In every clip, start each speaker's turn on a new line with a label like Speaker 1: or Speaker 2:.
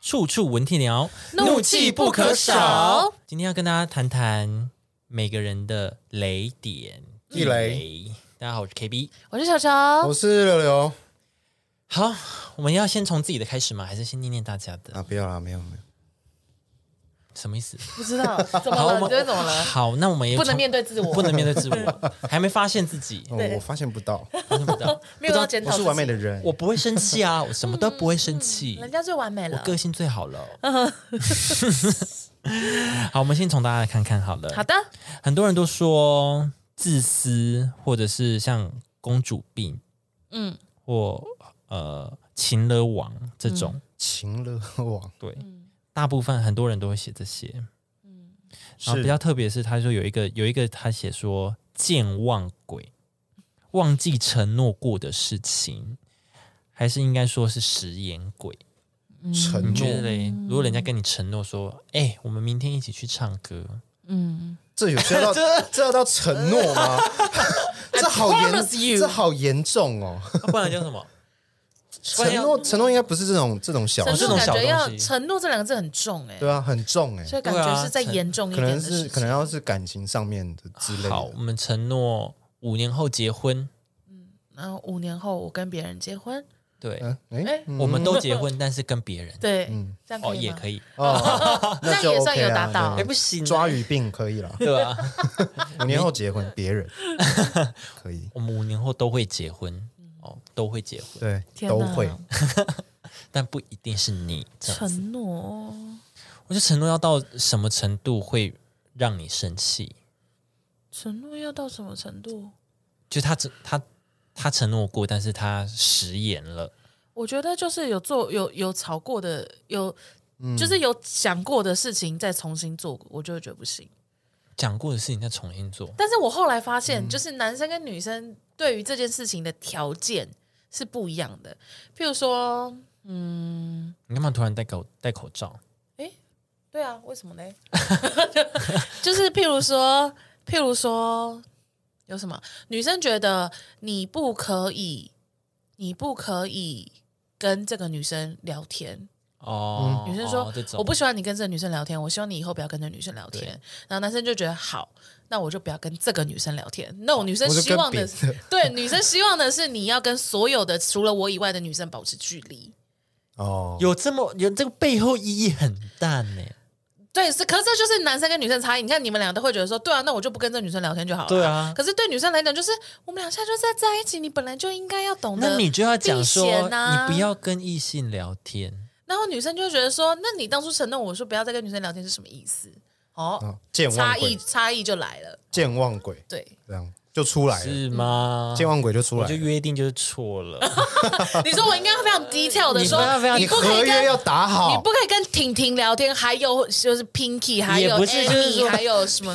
Speaker 1: 处处闻啼鸟，
Speaker 2: 怒气不可少。
Speaker 1: 今天要跟大家谈谈每个人的雷点。
Speaker 2: 地
Speaker 1: 雷，大家好，我是 KB。
Speaker 2: 我是小乔
Speaker 3: 我，是柳柳
Speaker 1: 好，我们要先从自己的开始吗？还是先念念大家的？
Speaker 3: 啊，不要啦，没有没有，
Speaker 1: 什么意思？
Speaker 2: 不知 道怎么
Speaker 1: 好，我
Speaker 2: 了，
Speaker 1: 们
Speaker 2: 你觉得怎么了？
Speaker 1: 好，那我们也
Speaker 2: 不能
Speaker 1: 从
Speaker 2: 面对自我，
Speaker 1: 不能面对自我，还没发现自己，
Speaker 2: 对
Speaker 3: 哦我发现不到，
Speaker 1: 发现不到，
Speaker 2: 没 有要检讨
Speaker 3: 我
Speaker 2: 自
Speaker 3: 是
Speaker 2: 己，
Speaker 3: 完美的人，
Speaker 1: 我不会生气啊，我什么都不会生气，
Speaker 2: 嗯人家最嗯完美
Speaker 1: 我
Speaker 2: 了。
Speaker 1: 个性最好了。 好，我们先从大家来看看好了。
Speaker 2: 好的，
Speaker 1: 很多人都说自私，或者是像公主病
Speaker 2: 嗯，
Speaker 1: 或呃情勒王这种，
Speaker 3: 情勒网
Speaker 1: 对
Speaker 2: 嗯，
Speaker 1: 大部分很多人都会写这些。然后
Speaker 3: 是
Speaker 1: 比较特别的是，他说有一个有一个他写说健忘鬼，忘记承诺过的事情，还是应该说是食言鬼。
Speaker 3: 承
Speaker 2: 嗯
Speaker 1: 你觉得
Speaker 3: 诺，
Speaker 1: 嘞？如果人家跟你承诺说，哎、我们明天一起去唱歌，
Speaker 2: 嗯，
Speaker 3: 这有需要到 这要到承诺吗？这好
Speaker 2: promise you
Speaker 3: 严，这好严重哦！
Speaker 1: 啊 不然叫什么？不然
Speaker 3: 承
Speaker 1: 要
Speaker 3: 诺承诺应该不是这种这种小
Speaker 2: 承
Speaker 1: 哦这
Speaker 2: 诺
Speaker 1: 种
Speaker 3: 事，
Speaker 2: 感
Speaker 1: 小
Speaker 2: 觉要
Speaker 1: 东西
Speaker 2: 承诺这两个字很重哎，
Speaker 3: 对啊，很重哎，
Speaker 2: 所以感
Speaker 1: 对
Speaker 2: 觉
Speaker 1: 啊
Speaker 2: 是再严重一
Speaker 3: 可
Speaker 2: 点的
Speaker 3: 能
Speaker 2: 事
Speaker 3: 是
Speaker 2: 情，
Speaker 3: 可能要是感情上面的之类
Speaker 1: 好，
Speaker 3: 的
Speaker 1: 我，们承诺五年后结婚，
Speaker 2: 然后五年后我跟别人结婚，
Speaker 1: 对，
Speaker 3: 嗯，
Speaker 2: 哎
Speaker 3: 哎，嗯
Speaker 1: 我们都结婚，但是跟别 人
Speaker 2: 对，
Speaker 3: 嗯
Speaker 2: 这样
Speaker 1: 哦
Speaker 2: 可以
Speaker 1: 也
Speaker 2: 吗
Speaker 1: 可以，
Speaker 3: 哦，
Speaker 2: 这样
Speaker 3: 那就
Speaker 2: 也算
Speaker 3: OK
Speaker 2: 有
Speaker 3: 啊
Speaker 2: 达到
Speaker 1: 哎
Speaker 3: 对
Speaker 1: 不行，
Speaker 3: 抓鱼病可以啦，
Speaker 1: 对啊吧？
Speaker 3: 五年后结婚，别人可以，
Speaker 1: 我们五年后都会结婚哦，都会结婚，
Speaker 3: 对，
Speaker 2: 天
Speaker 3: 都
Speaker 2: 哪
Speaker 3: 会，
Speaker 1: 但不一定是你这样子。
Speaker 2: 承诺，
Speaker 1: 我就承诺要到什么程度会让你生气？
Speaker 2: 承诺要到什么程度？
Speaker 1: 就他只他他承诺过，但是他食言了，
Speaker 2: 我觉得就是有做有有吵过的，有、
Speaker 1: 嗯
Speaker 2: 就是有想过的事情再重新做，我就会觉得不行。
Speaker 1: 讲过的事情再重新做。
Speaker 2: 但是我后来发现，就是男生跟女生对于这件事情的条件是不一样的。譬如说，嗯，
Speaker 1: 你干嘛突然戴口戴口罩？
Speaker 2: 对啊，为什么呢？ 就是譬如说，譬如说，有什么女生觉得你不可以，你不可以跟这个女生聊天，
Speaker 1: 哦，
Speaker 2: 女生说、
Speaker 1: 哦这种
Speaker 2: 我不喜欢你跟这个女生聊天，我希望你以后不要跟这个女生聊天
Speaker 1: 对。
Speaker 2: 然后男生就觉得好，那我就不要跟这个女生聊天。no，女生
Speaker 3: 我就
Speaker 2: 希
Speaker 3: 跟
Speaker 2: 望
Speaker 3: 别
Speaker 2: 的
Speaker 3: 人
Speaker 2: 是对女生希望的是你要跟所有的除了我以外的女生保持距离。
Speaker 3: 哦，
Speaker 1: 有这么有这个背后意义很大呢。
Speaker 2: 对，是，可是这就是男生跟女生差异。你看，你们俩都会觉得说，对啊，那我就不跟这女生聊天就好了。
Speaker 1: 对啊
Speaker 2: 可是对女生来讲，就是我们俩现在就在在一起，你本来就应该要懂得。
Speaker 1: 那你就要讲
Speaker 2: 避
Speaker 1: 说，
Speaker 2: 嫌啊
Speaker 1: 你不要跟异性聊天。
Speaker 2: 然后女生就会觉得说，那你当初承诺我说不要再跟女生聊天是什么意思？哦
Speaker 3: 哦，健
Speaker 2: 差
Speaker 3: 忘
Speaker 2: 异
Speaker 3: 鬼，
Speaker 2: 差异就来了。
Speaker 3: 健忘鬼，
Speaker 2: 对，
Speaker 3: 这样就出来了，
Speaker 1: 是吗？
Speaker 3: 健忘鬼就出
Speaker 1: 我
Speaker 3: 来
Speaker 1: 就
Speaker 3: 了。
Speaker 1: 约定就是错 了，
Speaker 2: 你说我应该非常低调的说
Speaker 1: 你非常非，常哦
Speaker 2: 你不可
Speaker 3: 合
Speaker 2: 以
Speaker 3: 约
Speaker 2: 跟
Speaker 3: 要打
Speaker 2: 你
Speaker 3: 好
Speaker 2: 不，可以跟婷婷聊天，还有就是 Pinky，还有
Speaker 1: 也不是就是
Speaker 2: Amy，
Speaker 1: 说
Speaker 2: 还有什 么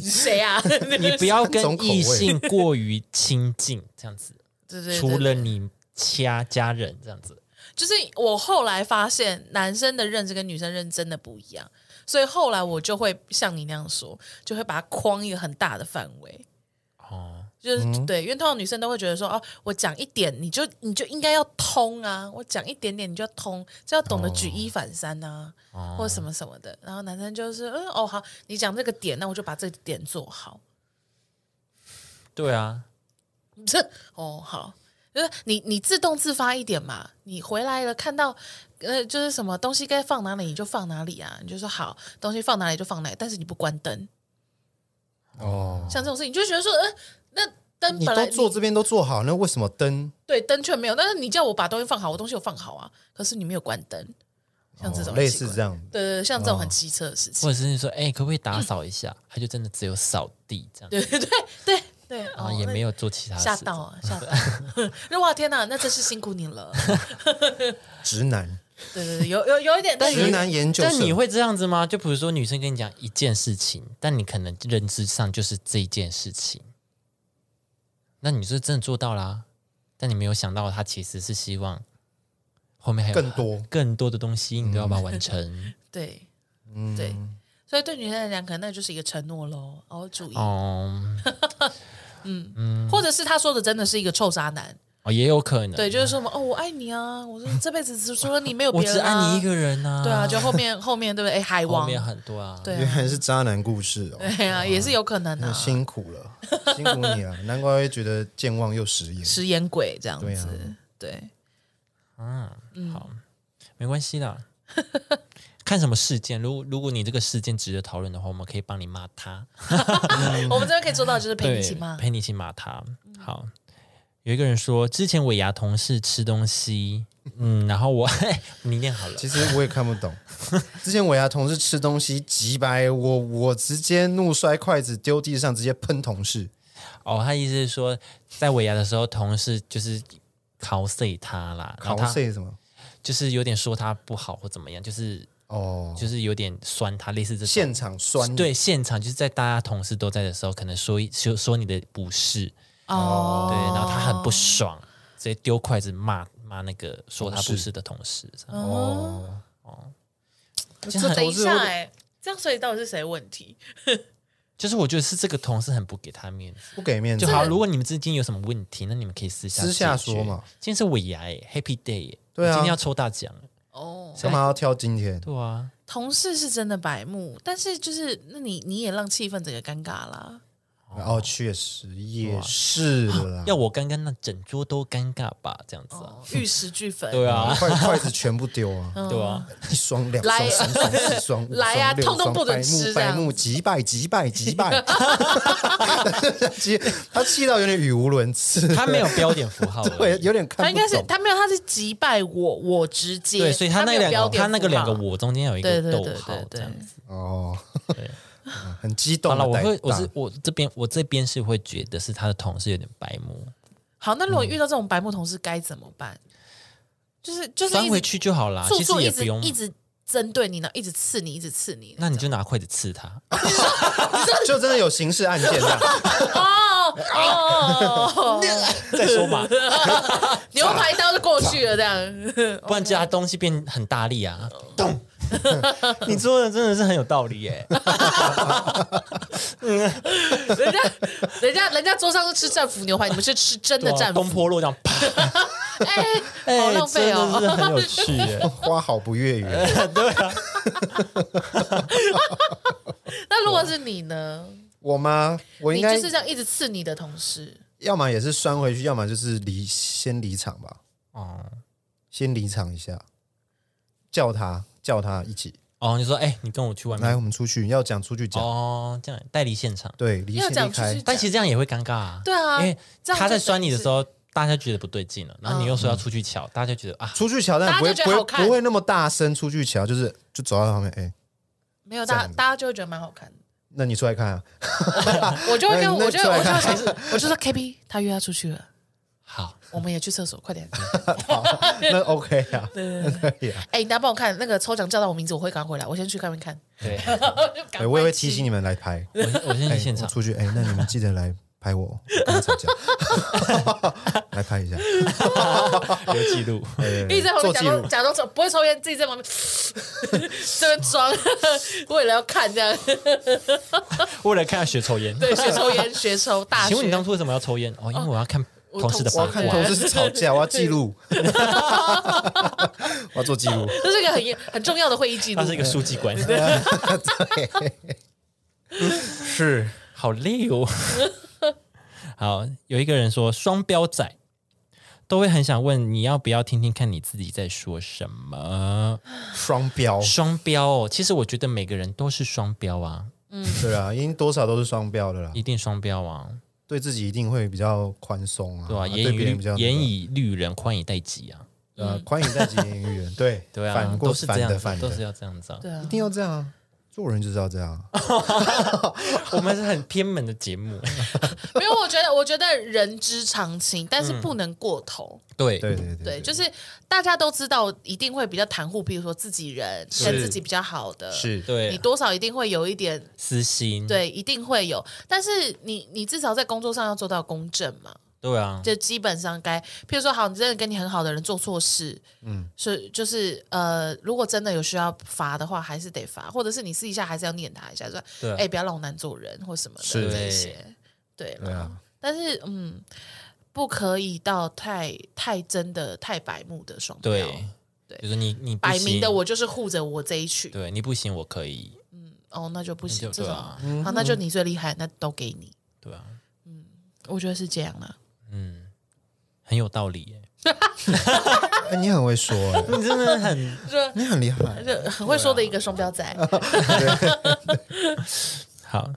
Speaker 2: 谁啊？
Speaker 1: 你不要跟
Speaker 3: 种口味
Speaker 1: 异性过于亲近，这样子，
Speaker 2: 对 对，对
Speaker 1: 除了你家家人这样子。
Speaker 2: 就是我后来发现，男生的认知跟女生认知真的不一样，所以后来我就会像你那样说，就会把它框一个很大的范围。
Speaker 1: 哦，
Speaker 2: 就是、对，因为通常女生都会觉得说，哦，我讲一点，你就你就应该要通啊，我讲一点点你就要通，就要懂得举一反三啊，或什么什么的。然后男生就是，嗯，哦，好，你讲这个点，那我就把这个点做好。
Speaker 1: 对啊，
Speaker 2: 这哦好，就是你你自动自发一点嘛，你回来了看到呃就是什么东西该放哪里你就放哪里啊，你就说好东西放哪里就放哪里，但是你不关灯，
Speaker 3: 哦。
Speaker 2: 像这种事情你就觉得说，呃，那灯
Speaker 3: 你
Speaker 2: 本来
Speaker 3: 都做
Speaker 2: 你
Speaker 3: 这边都做好，那为什么灯？
Speaker 2: 对灯却没有，但是你叫我把东西放好，我东西有放好啊，可是你没有关灯，像这种、
Speaker 3: 哦类似这。样，哦
Speaker 2: 对对，对像这种很机车的事情，
Speaker 1: 或者是你说，哎、可不可以打扫一下？他就真的只有扫地这样，
Speaker 2: 对对对对对，
Speaker 1: 然
Speaker 2: 哦
Speaker 1: 后也
Speaker 2: 那
Speaker 1: 没有做其他事。
Speaker 2: 吓到啊，吓到！ 那哇天哪，那真是辛苦你了。
Speaker 3: 直男，
Speaker 2: 对对对，有有有一 点，
Speaker 3: 直男研究社。
Speaker 1: 但你会这样子吗？就比如说女生跟你讲一件事情，但你可能认知上就是这一件事情，那你就真的做到啦、但你没有想到，她其实是希望后面还有
Speaker 3: 更多
Speaker 1: 更多的东西，你都要把它完 成。
Speaker 2: 对，
Speaker 3: 嗯，
Speaker 2: 对所以对女生来讲，可能那就是一个承诺喽，哦，注意，
Speaker 1: 哦、
Speaker 2: 或者是他说的真的是一个臭渣男，
Speaker 1: 哦，也有可能。
Speaker 2: 对，就是说什么哦，我爱你啊，我说这辈子只除了你没有
Speaker 1: 我
Speaker 2: 别人、
Speaker 1: 只
Speaker 2: 啊，
Speaker 1: 爱你一个人呐、
Speaker 2: 对啊，就后面后面对不对？哎，海
Speaker 1: 后
Speaker 2: 王，
Speaker 1: 面很多啊。
Speaker 2: 对
Speaker 3: 原
Speaker 2: 啊，
Speaker 3: 来是渣男故事哦，
Speaker 2: 对啊，也是有可能
Speaker 3: 那
Speaker 2: 啊，
Speaker 3: 辛苦 了，辛苦你啊，难怪会觉得健忘又食言。
Speaker 2: 食言鬼这样
Speaker 3: 对
Speaker 2: 子
Speaker 3: 啊，
Speaker 2: 对，
Speaker 1: 啊，好，没关系 啦。看什么事件？如果如果你这个事件值得讨论的话，我们可以帮你骂他，
Speaker 3: 嗯
Speaker 2: 我们这边可以做到就是陪你一起
Speaker 1: 对
Speaker 2: 骂，嗯
Speaker 1: 陪你一起骂他。好，有一个人说，之前尾牙同事吃东西，嗯，然后我 你念好了，
Speaker 3: 其实我也看不懂。 之前我牙同事吃东西急白，我我直接怒摔筷子丢地上，直接喷同事。
Speaker 1: 哦，他意思是说，在尾牙的时候，同事就是考碎他啦，然
Speaker 3: 考
Speaker 1: 后他
Speaker 3: 碎什么？
Speaker 1: 就是有点说他不好或怎么样，就是
Speaker 3: 哦，
Speaker 1: 就是有点酸他，类似这种。
Speaker 3: 现场酸
Speaker 1: 对，现场就是在大家同事都在的时候，可能说一说说你的不是，
Speaker 2: 哦
Speaker 1: 对，然后他很
Speaker 3: 哦
Speaker 1: 不爽，直接丢筷子骂骂那个说他不是的同事，这样
Speaker 3: 哦，
Speaker 1: 就很
Speaker 2: 等一下
Speaker 3: 我
Speaker 2: 哎，这样所以到底是谁的问题？
Speaker 1: 就是我觉得是这个同事很不给他面子。
Speaker 3: 不给面子
Speaker 1: 就。好，如果你们之间有什么问题，那你们可以私下
Speaker 3: 私下
Speaker 1: 解决
Speaker 3: 说嘛。
Speaker 1: 今天是尾牙哎，Happy Day 哎，
Speaker 3: 对啊
Speaker 1: 我今天要抽大奖了，
Speaker 2: 哦，
Speaker 3: 干嘛要挑今天？
Speaker 1: 对啊，
Speaker 2: 同事是真的白目，但是就是那你你也让气氛整个尴尬啦。
Speaker 3: 哦，确实也是啦。
Speaker 1: 要我刚刚那整桌都尴尬吧，这样子啊，
Speaker 2: 哦，玉石俱焚，
Speaker 1: 对啊，
Speaker 3: 筷筷子全部 丢啊！
Speaker 1: 对啊，
Speaker 3: 一双、两
Speaker 2: 哦嗯来
Speaker 3: 双、三双、四双、五
Speaker 2: 来啊
Speaker 3: 双、六
Speaker 2: 通通
Speaker 3: 双，
Speaker 2: 不准
Speaker 3: 百
Speaker 2: 吃
Speaker 3: 目
Speaker 2: 这
Speaker 3: 百
Speaker 2: 样
Speaker 3: 目，击败击败击败！其实他气到有点语无伦次，
Speaker 1: 他没有标点符号而
Speaker 3: 对
Speaker 1: 已，
Speaker 3: 有点看
Speaker 2: 他应该
Speaker 3: 不
Speaker 2: 是
Speaker 3: 懂。
Speaker 2: 他没有，他是击败我，我直接。
Speaker 1: 对，所以他
Speaker 2: 没
Speaker 1: 那
Speaker 2: 有
Speaker 1: 两
Speaker 2: 标
Speaker 1: 个
Speaker 2: 点
Speaker 1: 他那个两个
Speaker 2: 符号
Speaker 1: 我中间有一
Speaker 2: 对
Speaker 1: 个
Speaker 2: 对
Speaker 1: 逗
Speaker 2: 对
Speaker 1: 号
Speaker 2: 对对
Speaker 1: 这样子。
Speaker 3: 哦，
Speaker 1: 对
Speaker 3: 嗯 很激
Speaker 1: 好
Speaker 3: 动
Speaker 1: 了，
Speaker 3: 的
Speaker 1: 我
Speaker 3: 带大。
Speaker 1: 会我是我这边我这边是会觉得是他的同事有点白目，
Speaker 2: 好，那如
Speaker 1: 嗯
Speaker 2: 果遇到这种白目同事该怎么办？就是就是
Speaker 1: 翻
Speaker 2: 一
Speaker 1: 回
Speaker 2: 直
Speaker 1: 去就好啦，
Speaker 2: 处
Speaker 1: 其
Speaker 2: 处
Speaker 1: 实
Speaker 2: 一
Speaker 1: 也不
Speaker 2: 直
Speaker 1: 用。啊
Speaker 2: 一直针对你呢，一直刺你，一直刺你。
Speaker 1: 那你就拿筷子刺他，
Speaker 3: 就真的有刑事案件啊这样，
Speaker 2: 哦哦，
Speaker 1: 再说嘛，
Speaker 2: 牛排刀就过去了，这样。
Speaker 1: 不然其他东西变很大力啊， 咚！你说的真的是很有道理 耶、
Speaker 2: 人家人家人家桌上是吃战斧牛排，你们是吃真的
Speaker 1: 对啊
Speaker 2: 战
Speaker 1: 东
Speaker 2: 斧，
Speaker 1: 坡肉这样啪，
Speaker 2: 哎，好
Speaker 1: 哎、
Speaker 2: 浪费
Speaker 1: 真的是
Speaker 2: 哦。
Speaker 1: 很有趣耶、
Speaker 3: 花好不月圆。
Speaker 1: 对啊，
Speaker 2: 那如果
Speaker 1: 啊
Speaker 2: 是你呢？
Speaker 3: 我吗？我
Speaker 2: 你
Speaker 3: 应该
Speaker 2: 就是这样一直刺你的同事，
Speaker 3: 要么也是拴回去，要么就是离先离场吧，
Speaker 1: 哦
Speaker 3: 先离场一下，叫他叫他一起
Speaker 1: 哦，你说哎、你跟我去外
Speaker 3: 来，
Speaker 1: 面
Speaker 3: 我们出去，要讲出去讲，
Speaker 1: 哦，这样代理现场，
Speaker 3: 对，离
Speaker 2: 要
Speaker 3: 先
Speaker 2: 讲
Speaker 3: 离
Speaker 2: 出
Speaker 3: 开
Speaker 2: 去。
Speaker 1: 但其实这样也会尴尬啊，
Speaker 2: 对啊
Speaker 1: 因为
Speaker 2: 这样
Speaker 1: 他在
Speaker 2: 就
Speaker 1: 酸你的
Speaker 2: 等于是
Speaker 1: 时候，大家觉得不对劲了，然后你又说要出去瞧，大家就觉得啊，
Speaker 3: 出去瞧，但不
Speaker 2: 大
Speaker 3: 会
Speaker 2: 家就觉
Speaker 3: 不
Speaker 2: 得
Speaker 3: 会
Speaker 2: 好看
Speaker 3: 不会那么大声。出去瞧就是就走到旁边，哎、
Speaker 2: 没有，大
Speaker 3: 这
Speaker 2: 家
Speaker 3: 样
Speaker 2: 大家就会觉得蛮好看的。
Speaker 3: 那你出来看 啊，
Speaker 2: 我就会跟
Speaker 3: 那那
Speaker 2: 我就
Speaker 3: 出
Speaker 2: 我
Speaker 3: 来
Speaker 2: 就
Speaker 3: 看
Speaker 2: 会说我就说 K P 他约他出去了，
Speaker 1: 好，
Speaker 2: 我们也去厕所，快 点。
Speaker 3: 那 OK 啊，那可以啊。
Speaker 2: 哎，你等下帮我看那个抽奖叫到我名字，我会赶快回来，我先去外面看。
Speaker 1: 对，
Speaker 3: 对，哎我也会提醒你们来拍。
Speaker 1: 我先我先
Speaker 3: 哎
Speaker 1: 去现场
Speaker 3: 我，出去，哎、那你们记得来拍我，我跟他 吵架，来拍一下，
Speaker 1: 留记录。
Speaker 3: 对对
Speaker 2: 一直
Speaker 3: 对
Speaker 2: 在旁
Speaker 3: 做
Speaker 2: 边
Speaker 3: 记
Speaker 2: 假
Speaker 3: 录
Speaker 2: 装。假装抽不会抽烟，自己在旁边这边装， 为了要看这 样，
Speaker 1: 为了看他学抽烟。
Speaker 2: 对，学抽烟，学抽大学
Speaker 1: 请问。你当初为什么要抽烟？哦，因为我要看同事的
Speaker 3: 我
Speaker 1: 八
Speaker 3: 要看
Speaker 1: 卦
Speaker 3: 同。事吵架，我要记 录，我要做记录。
Speaker 2: 这是一个很严很重要的会议记录哎
Speaker 1: 他。是一个书记官，
Speaker 3: 是
Speaker 1: 好累哦。 好，有一个人说双标仔都会很想问你要不要听听看你自己在说什
Speaker 3: 哦
Speaker 1: 么？
Speaker 3: 双标，
Speaker 1: 双标哦，其实我觉得每个人都是双标啊，
Speaker 2: 嗯
Speaker 3: 对啊，因为多少都是双标的啦，
Speaker 1: 一定双标啊，
Speaker 3: 对自己一定会比较宽松啊，
Speaker 1: 对吧、
Speaker 3: 啊
Speaker 1: 严
Speaker 3: 对
Speaker 1: 以
Speaker 3: 别人比较
Speaker 1: 律
Speaker 3: 那个
Speaker 1: 严以律人，宽以待己啊，
Speaker 3: 呃宽以待己，严以律 人，对
Speaker 1: 对啊
Speaker 3: 反，过
Speaker 1: 都是这
Speaker 3: 反
Speaker 1: 样
Speaker 3: 的
Speaker 1: 子，
Speaker 3: 反
Speaker 1: 都是
Speaker 3: 的，
Speaker 1: 要这样子啊。
Speaker 2: 对啊
Speaker 3: 一，定要这样啊，做人就是要这样啊，
Speaker 1: 我们是很偏门的节目，
Speaker 2: 没有，我觉得我觉得人之常情，但是不能过头。
Speaker 1: 对
Speaker 3: 对对嗯对
Speaker 2: 对，就是大家都知道，一定会比较袒护，比如说自己人跟自己比较好的，
Speaker 3: 是
Speaker 2: 你
Speaker 1: 对，啊嗯
Speaker 2: 多少一定会有一点，
Speaker 1: 私心，
Speaker 2: 对，一定会有。但是你你至少在工作上要做到公正嘛，
Speaker 1: 对啊，
Speaker 2: 就基本上该，譬如说，好，你真的跟你很好的人做错事，嗯，是就是呃，如果真的有需要罚的话，还是得罚，或者是你私底下还是要念他一下，说，
Speaker 1: 对啊
Speaker 2: 哎、不要让我难做人或什么的
Speaker 3: 是
Speaker 2: 这些，对
Speaker 3: 对
Speaker 2: 啦
Speaker 3: 啊，
Speaker 2: 但是嗯，不可以到太太真的太白目的双标，
Speaker 1: 对，
Speaker 2: 对
Speaker 1: 就是你你不
Speaker 2: 摆明
Speaker 1: 行
Speaker 2: 的，我就是护着我这一群，
Speaker 1: 对你不行，我可以，
Speaker 2: 哦，那就不
Speaker 1: 你
Speaker 2: 行，
Speaker 1: 就
Speaker 2: 这
Speaker 1: 对
Speaker 2: 种，嗯
Speaker 1: 啊，
Speaker 2: 好，那就你最厉害，那都给你，
Speaker 1: 对啊，
Speaker 2: 我觉得是这样啦。
Speaker 1: 嗯，很有道理耶，
Speaker 3: 哎，你很会说，哎
Speaker 1: 你真的很
Speaker 3: 你很厉害。
Speaker 2: 这很会说的一个双标仔，
Speaker 1: 好，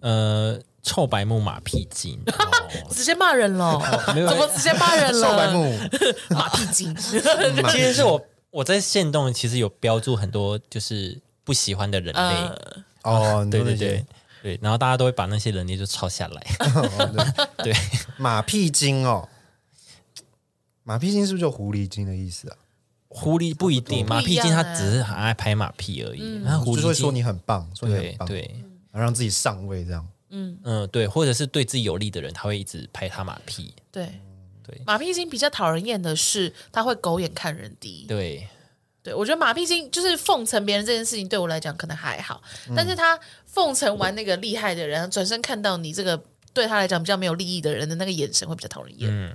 Speaker 1: 呃，臭白木马屁精，哦
Speaker 2: 直接骂人了，
Speaker 1: 没有
Speaker 2: 怎么直接骂人
Speaker 3: 少白
Speaker 2: 了？
Speaker 3: 木，
Speaker 2: 马屁精，
Speaker 1: 其实是我我在线动其实有标注很多就是不喜欢的人类，
Speaker 2: 呃，
Speaker 3: 哦，你
Speaker 1: 对
Speaker 3: 说
Speaker 1: 对
Speaker 3: 那些
Speaker 1: 对对，然后大家都会把那些人类就抄下来， 对，
Speaker 3: 哦马屁精哦，马屁精是不是就狐狸精的意思啊？
Speaker 1: 狐狸不一 定，马屁精
Speaker 2: 不一样
Speaker 1: 它
Speaker 2: 啊嗯
Speaker 1: 只是很爱拍马屁而已，那、啊狐
Speaker 3: 就是
Speaker 1: 狸
Speaker 3: 会说
Speaker 1: 精
Speaker 3: 你很棒，说你很
Speaker 1: 对
Speaker 3: 棒，
Speaker 1: 对。
Speaker 3: 然后让自己上位这样。
Speaker 1: 嗯，对，或者是对自己有利的人，他会一直拍他马屁。
Speaker 2: 对
Speaker 1: 对
Speaker 2: 马屁精比较讨人厌的是，他会狗眼看人低。
Speaker 1: 对，
Speaker 2: 对我觉得马屁精就是奉承别人这件事情，对我来讲可能还好，但是他奉承完那个厉害的人，转身看到你这个对他来讲比较没有利益的人的那个眼神，会比较讨人厌